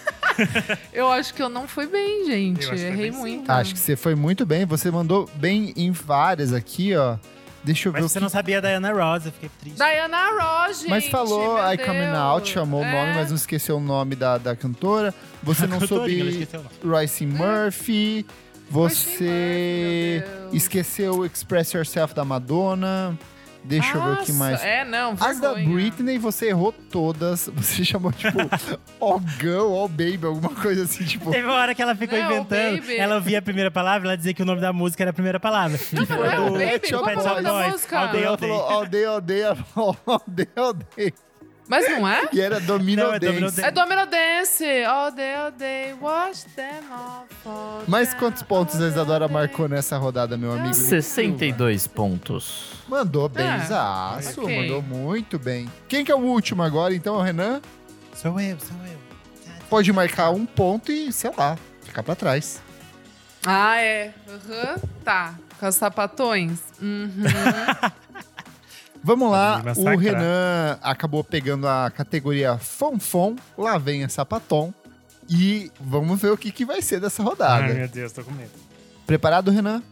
Speaker 2: Eu acho que eu não fui bem, gente.
Speaker 4: Eu acho que foi
Speaker 2: Errei
Speaker 4: bem sim.
Speaker 2: muito.
Speaker 1: Acho que você foi muito bem. Você mandou bem em várias aqui, ó. Deixa eu ver
Speaker 4: Mas
Speaker 1: o
Speaker 4: você
Speaker 1: que...
Speaker 4: não sabia da Ana Rosa, eu fiquei triste.
Speaker 2: Diana Ross, gente.
Speaker 1: Mas falou
Speaker 2: meu
Speaker 1: I Coming
Speaker 2: Deus.
Speaker 1: Out, chamou o nome,
Speaker 2: É.
Speaker 1: mas não esqueceu o nome da, da cantora. Você
Speaker 4: A
Speaker 1: não
Speaker 4: cantorinha, ela
Speaker 1: soube
Speaker 4: esqueceu o nome.
Speaker 1: Royce Murphy. Você
Speaker 2: Royce Murphy, meu Deus.
Speaker 1: esqueceu o Express Yourself da Madonna. Deixa eu ver o que
Speaker 2: Nossa,
Speaker 1: mais.
Speaker 2: É, não,
Speaker 1: As da
Speaker 2: vergonha.
Speaker 1: Britney, você errou todas. Você chamou, tipo, All Girl, All Baby, alguma coisa assim, tipo.
Speaker 4: Teve uma hora que ela ficou
Speaker 2: Não,
Speaker 4: inventando.
Speaker 2: baby.
Speaker 4: Ela ouvia a primeira palavra, ela dizia que o nome da música era a primeira palavra. Não,
Speaker 2: mas não é o baby,
Speaker 1: qual é o nome da
Speaker 2: música?
Speaker 4: All day, all
Speaker 1: Ela
Speaker 4: day.
Speaker 1: falou All Day, All Day, ela falou All Day, All Day.
Speaker 2: Mas não é?
Speaker 1: E era Domino
Speaker 4: Não, é Domino
Speaker 1: Dance.
Speaker 4: Dance.
Speaker 2: É Domino Dance. Oh, All day, all day, watch them all fall
Speaker 1: Mas
Speaker 2: down.
Speaker 1: quantos pontos a
Speaker 2: All
Speaker 1: Isadora
Speaker 2: day.
Speaker 1: marcou nessa rodada, meu amigo?
Speaker 3: 62 pontos.
Speaker 1: Mandou bem,
Speaker 2: Ah,
Speaker 1: zaço.
Speaker 2: ok.
Speaker 1: Mandou muito bem. Quem que é o último agora, então, é o Renan?
Speaker 4: Sou eu, sou eu.
Speaker 1: Pode marcar um ponto e, sei lá, ficar pra trás.
Speaker 2: Ah, é. Aham, tá. Com as sapatões. Uhum.
Speaker 1: Vamos lá,
Speaker 4: Vai me
Speaker 1: o
Speaker 4: massacrar.
Speaker 1: Renan acabou pegando a categoria Fonfon, lá vem a Sapatom. E vamos ver o que, que vai ser dessa rodada.
Speaker 4: Ai, meu Deus, tô com medo.
Speaker 1: Preparado, Renan?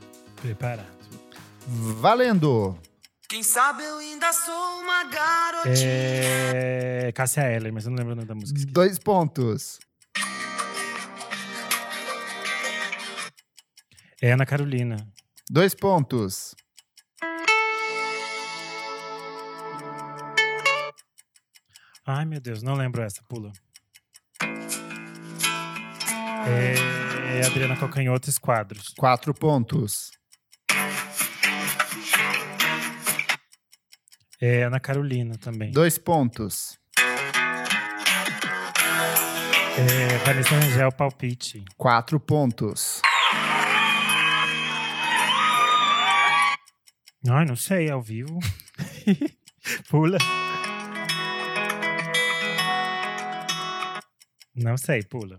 Speaker 4: Preparado.
Speaker 1: Valendo!
Speaker 5: Quem sabe eu ainda sou uma garotinha.
Speaker 4: É. Cássia Eller, mas eu não lembro o nome da música. esqueci.
Speaker 1: Dois pontos.
Speaker 4: É Ana Carolina.
Speaker 1: Dois pontos.
Speaker 4: Ai, meu Deus, não lembro essa, pula. É. é Adriana Calcanhoto Esquadros.
Speaker 1: Quatro pontos.
Speaker 4: É Ana Carolina também.
Speaker 1: Dois pontos.
Speaker 4: É Vanessa Rangel Palpite.
Speaker 1: Quatro pontos.
Speaker 4: Ai, não sei, ao vivo. pula. Não sei, pula.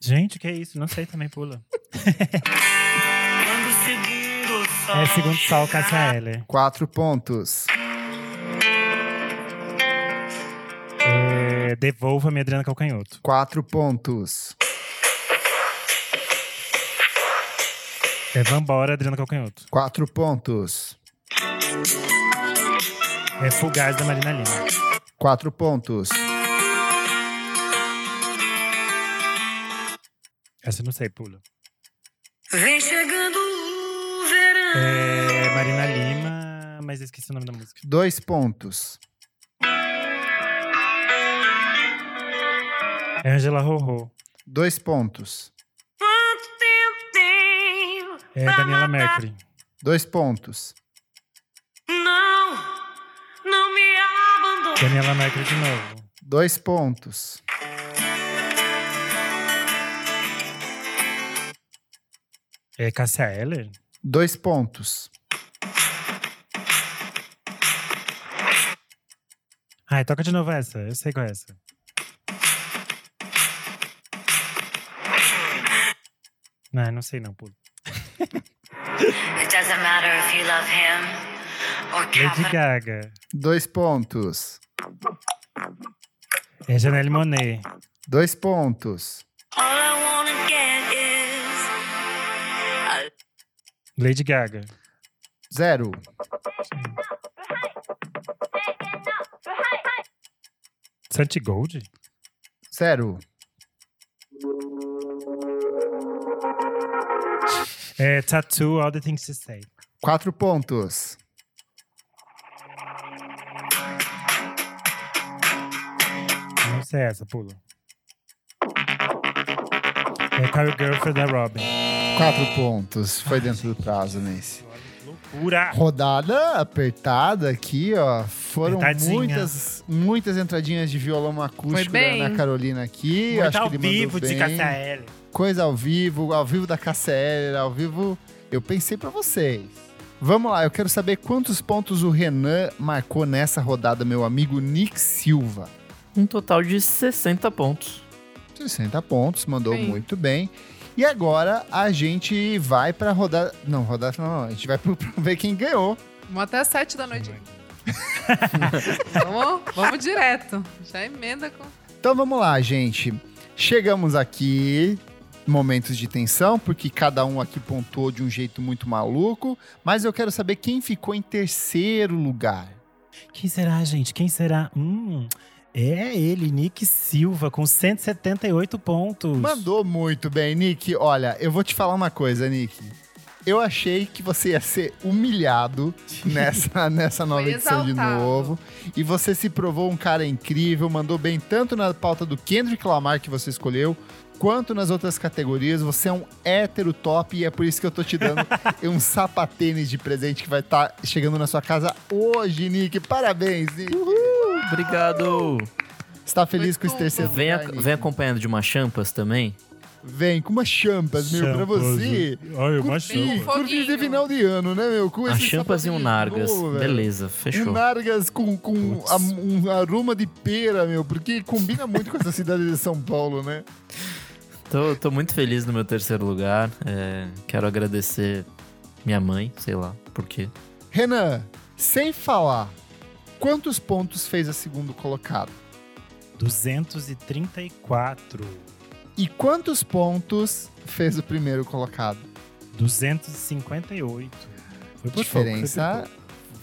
Speaker 4: Gente, o que é isso? Não sei também, pula.
Speaker 5: Quando seguindo o sol.
Speaker 4: É Segundo Sol, Cássia Eller.
Speaker 1: Quatro pontos.
Speaker 4: É, Devolva-me, Adriana Calcanhoto.
Speaker 1: Quatro pontos.
Speaker 4: É Vambora, Adriana Calcanhoto.
Speaker 1: Quatro pontos.
Speaker 4: É Fugaz, da Marina Lima.
Speaker 1: Quatro pontos.
Speaker 4: Essa eu não sei, pula.
Speaker 6: Vem chegando o verão.
Speaker 4: É Marina Lima, mas eu esqueci o nome da música.
Speaker 1: Dois pontos.
Speaker 4: É Angela Rorô.
Speaker 1: Dois pontos.
Speaker 6: Quanto tempo tenho?
Speaker 4: É Daniela Mercury.
Speaker 1: Dois pontos.
Speaker 6: Não, não me abandone.
Speaker 4: Daniela Mercury de novo.
Speaker 1: Dois pontos.
Speaker 4: É Cássia Eller?
Speaker 1: Dois pontos.
Speaker 4: Ai, toca de novo essa. Eu sei qual é essa. Não, não sei não, pula.
Speaker 8: It doesn't matter if you love him or
Speaker 4: Lady
Speaker 8: capital.
Speaker 4: Gaga.
Speaker 1: Dois pontos.
Speaker 4: É Janelle Monet.
Speaker 1: Dois pontos.
Speaker 6: All I wanna get is
Speaker 4: Lady Gaga.
Speaker 1: Zero.
Speaker 4: Santi Gold?
Speaker 1: Zero.
Speaker 4: É Tattoo All the Things You Say.
Speaker 1: Quatro pontos.
Speaker 4: Não sei essa, pula. É Carrie Girlfriend da Robin.
Speaker 1: Quatro pontos. Foi dentro do prazo, Nancy.
Speaker 4: Loucura!
Speaker 1: Rodada apertada aqui, ó. Foram
Speaker 4: Apertadinha.
Speaker 1: muitas, muitas entradinhas de violão acústico da
Speaker 2: bem.
Speaker 1: Ana Carolina aqui.
Speaker 4: Muito
Speaker 1: Acho
Speaker 4: ao
Speaker 1: que ele mandou
Speaker 4: vivo de
Speaker 1: bem.
Speaker 4: KCL.
Speaker 1: Coisa ao vivo, ao vivo da KCL, ao vivo. Eu pensei pra vocês. Vamos lá, eu quero saber quantos pontos o Renan marcou nessa rodada, meu amigo Nick Silva.
Speaker 3: Um total de 60 pontos.
Speaker 1: 60 pontos, mandou
Speaker 2: Bem.
Speaker 1: muito bem. E agora a gente vai pra rodada. Não, rodada final não. A gente vai pro- pra ver quem ganhou.
Speaker 2: Vamos até as sete da noite. vamos, vamos direto. Já emenda com.
Speaker 1: Então vamos lá, gente. Chegamos aqui, momentos de tensão, porque cada um aqui pontuou de um jeito muito maluco, mas eu quero saber quem ficou em terceiro lugar.
Speaker 4: Quem será, gente? Quem será? Hum, é ele, Nick Silva, com 178 pontos.
Speaker 1: Mandou muito bem, Nick. Olha, eu vou te falar uma coisa, Nick. Eu achei que você ia ser humilhado nessa, nessa nova
Speaker 2: Foi
Speaker 1: edição de
Speaker 2: exaltado.
Speaker 1: novo. E você se provou um cara incrível, mandou bem tanto na pauta do Kendrick Lamar que você escolheu, quanto nas outras categorias. Você é um hétero top e é por isso que eu tô te dando um sapatênis de presente que vai estar chegando na sua casa hoje, Nick. Parabéns, Nick.
Speaker 3: Obrigado!
Speaker 1: Você tá feliz
Speaker 2: Foi
Speaker 1: com esse
Speaker 2: tudo.
Speaker 1: terceiro
Speaker 3: Vem,
Speaker 1: lugar,
Speaker 3: ac-
Speaker 1: Nick?
Speaker 3: vem acompanhando de uma champas também?
Speaker 1: Vem com umas champas, meu, pra você.
Speaker 4: Olha,
Speaker 1: Com
Speaker 4: uma
Speaker 1: fim,
Speaker 2: Sim.
Speaker 4: chuva.
Speaker 2: champa.
Speaker 1: com fim de final de ano, né, meu? Com
Speaker 3: A
Speaker 1: esse
Speaker 3: champas e um
Speaker 1: sapatinho
Speaker 3: nargas.
Speaker 1: novo, velho.
Speaker 3: Beleza,
Speaker 1: Um
Speaker 3: fechou.
Speaker 1: nargas com, com
Speaker 4: Putz.
Speaker 1: a- um aroma de pera, meu, porque combina muito com essa cidade de São Paulo, né?
Speaker 3: Tô, tô muito feliz no meu terceiro lugar. É, quero agradecer minha mãe, sei lá por quê.
Speaker 1: Renan, sem falar, quantos pontos fez a segundo colocado?
Speaker 4: 234.
Speaker 1: E quantos pontos fez o primeiro colocado?
Speaker 4: 258. Foi por
Speaker 1: diferença.
Speaker 4: pouco,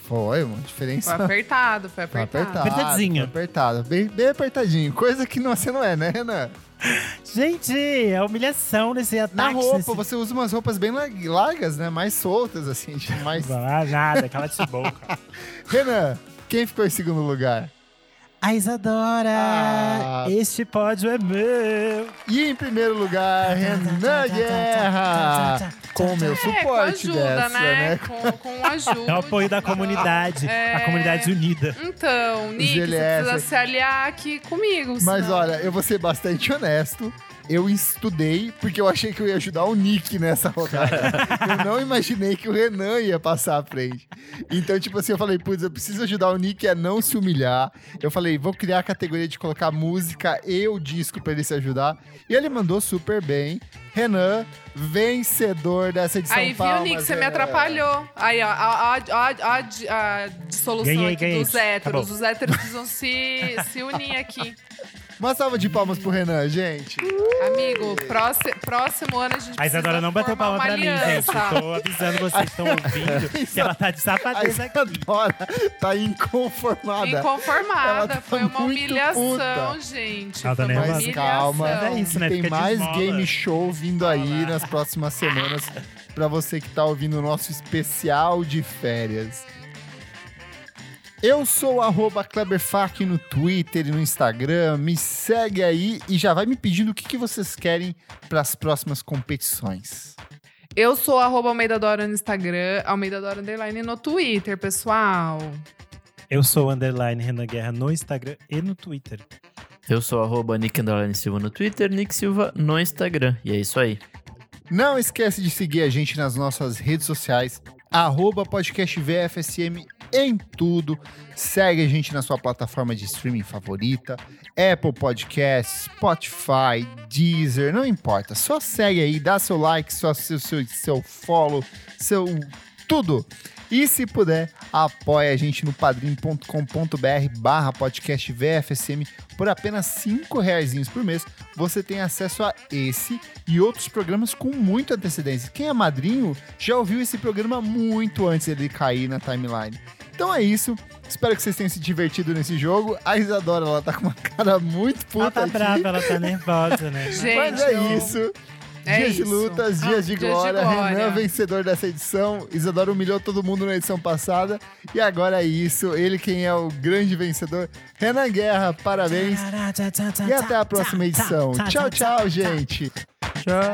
Speaker 1: Foi uma
Speaker 2: Foi
Speaker 1: diferença.
Speaker 2: apertado, foi
Speaker 1: Foi apertado.
Speaker 2: apertado.
Speaker 4: Apertadinho.
Speaker 1: foi Apertado. Bem, bem apertadinho. Coisa que não, você não é, né, Renan?
Speaker 4: foi pouco. Gente, é humilhação nesse ataque.
Speaker 1: Na roupa,
Speaker 4: nesse...
Speaker 1: você usa umas roupas bem lar- largas, né? Mais soltas, assim, tipo, mais.
Speaker 4: Ah, nada, cala de boca.
Speaker 1: Renan, quem ficou em segundo lugar?
Speaker 4: A Isadora!
Speaker 1: Ah.
Speaker 4: Este pódio é meu!
Speaker 1: E em primeiro lugar, Renan É Guerra! Com o meu suporte
Speaker 2: com ajuda,
Speaker 1: dessa,
Speaker 2: né?
Speaker 1: né?
Speaker 2: Com, com ajuda.
Speaker 4: É o apoio da comunidade,
Speaker 2: É.
Speaker 4: a comunidade unida.
Speaker 2: Então, Nick, você
Speaker 1: GLS.
Speaker 2: precisa se aliar aqui comigo.
Speaker 1: Mas
Speaker 2: senão-
Speaker 1: olha, eu vou ser bastante honesto. Eu estudei porque eu achei que eu ia ajudar o Nick nessa rodada. eu não imaginei que o Renan ia passar à frente. Então, tipo assim, eu falei, putz, eu preciso ajudar o Nick a não se humilhar. Eu falei, vou criar a categoria de colocar música e o disco pra ele se ajudar. E ele mandou super bem. Renan, vencedor dessa edição.
Speaker 2: Aí, viu,
Speaker 1: Palmas,
Speaker 2: Nick, você me
Speaker 1: Renan.
Speaker 2: atrapalhou. Aí, ó, a, a, a, a, di- a dissolução
Speaker 4: Ganhei,
Speaker 2: aqui
Speaker 4: ganhei.
Speaker 2: dos héteros.
Speaker 4: Acabou.
Speaker 2: Os héteros precisam se, se unir aqui.
Speaker 1: Uma salva de palmas pro Renan, gente.
Speaker 2: Amigo, próximo, próximo ano a gente
Speaker 4: A
Speaker 2: precisa
Speaker 4: Isadora não bateu
Speaker 2: formar
Speaker 4: palma
Speaker 2: uma
Speaker 4: pra mim, gente.
Speaker 2: aliança.
Speaker 4: Tô avisando vocês que estão ouvindo que ela tá de
Speaker 1: A
Speaker 4: safadeza aqui.
Speaker 1: Isadora tá inconformada. Ela
Speaker 2: Inconformada.
Speaker 1: tá
Speaker 2: foi uma
Speaker 1: muito
Speaker 2: humilhação,
Speaker 1: puta.
Speaker 2: gente.
Speaker 4: Ela tá
Speaker 2: foi uma
Speaker 4: nervosa.
Speaker 1: Mas
Speaker 2: humilhação.
Speaker 1: calma,
Speaker 4: Mas é isso, né?
Speaker 1: tem
Speaker 4: Fica de
Speaker 1: mais
Speaker 4: esmola.
Speaker 1: game show vindo aí nas próximas semanas pra você que tá ouvindo o nosso especial de férias. Eu sou o arroba Kleberfac no Twitter e no Instagram. Me segue aí e já vai me pedindo o que, que vocês querem pras próximas competições.
Speaker 2: Eu sou arroba Almeida Dora no Instagram, Almeida Dora Underline no Twitter, pessoal.
Speaker 4: Eu sou o underline Renan Guerra no Instagram e no Twitter.
Speaker 3: Eu sou arroba Nick Underline Silva no Twitter, Nick Silva no Instagram. E é isso aí.
Speaker 1: Não esquece de seguir a gente nas nossas redes sociais, arroba podcast VFSM em tudo. Segue a gente na sua plataforma de streaming favorita, Apple Podcasts, Spotify, Deezer, não importa. Só segue aí, dá seu like, só seu, seu, seu follow, seu tudo. E se puder, apoia a gente no padrim.com.br barra podcast VFSM por apenas cinco reais por mês. Você tem acesso a esse e outros programas com muita antecedência. Quem é madrinho já ouviu esse programa muito antes dele cair na timeline. Então é isso. Espero que vocês tenham se divertido nesse jogo. A Isadora, ela tá com uma cara muito puta
Speaker 4: ela tá
Speaker 1: aqui.
Speaker 4: brava, ela tá nervosa, né?
Speaker 2: Gente,
Speaker 1: Mas é
Speaker 2: eu-
Speaker 1: isso.
Speaker 2: É
Speaker 1: dias de
Speaker 2: isso.
Speaker 1: lutas,
Speaker 2: Ah,
Speaker 1: dias de
Speaker 2: dias de
Speaker 1: glória. Renan,
Speaker 2: glória.
Speaker 1: vencedor dessa edição. Isadora humilhou todo mundo na edição passada. E agora é isso. Ele quem é o grande vencedor. Renan Guerra, parabéns. E até a próxima edição. Tchau, tchau, gente.
Speaker 3: Tchau.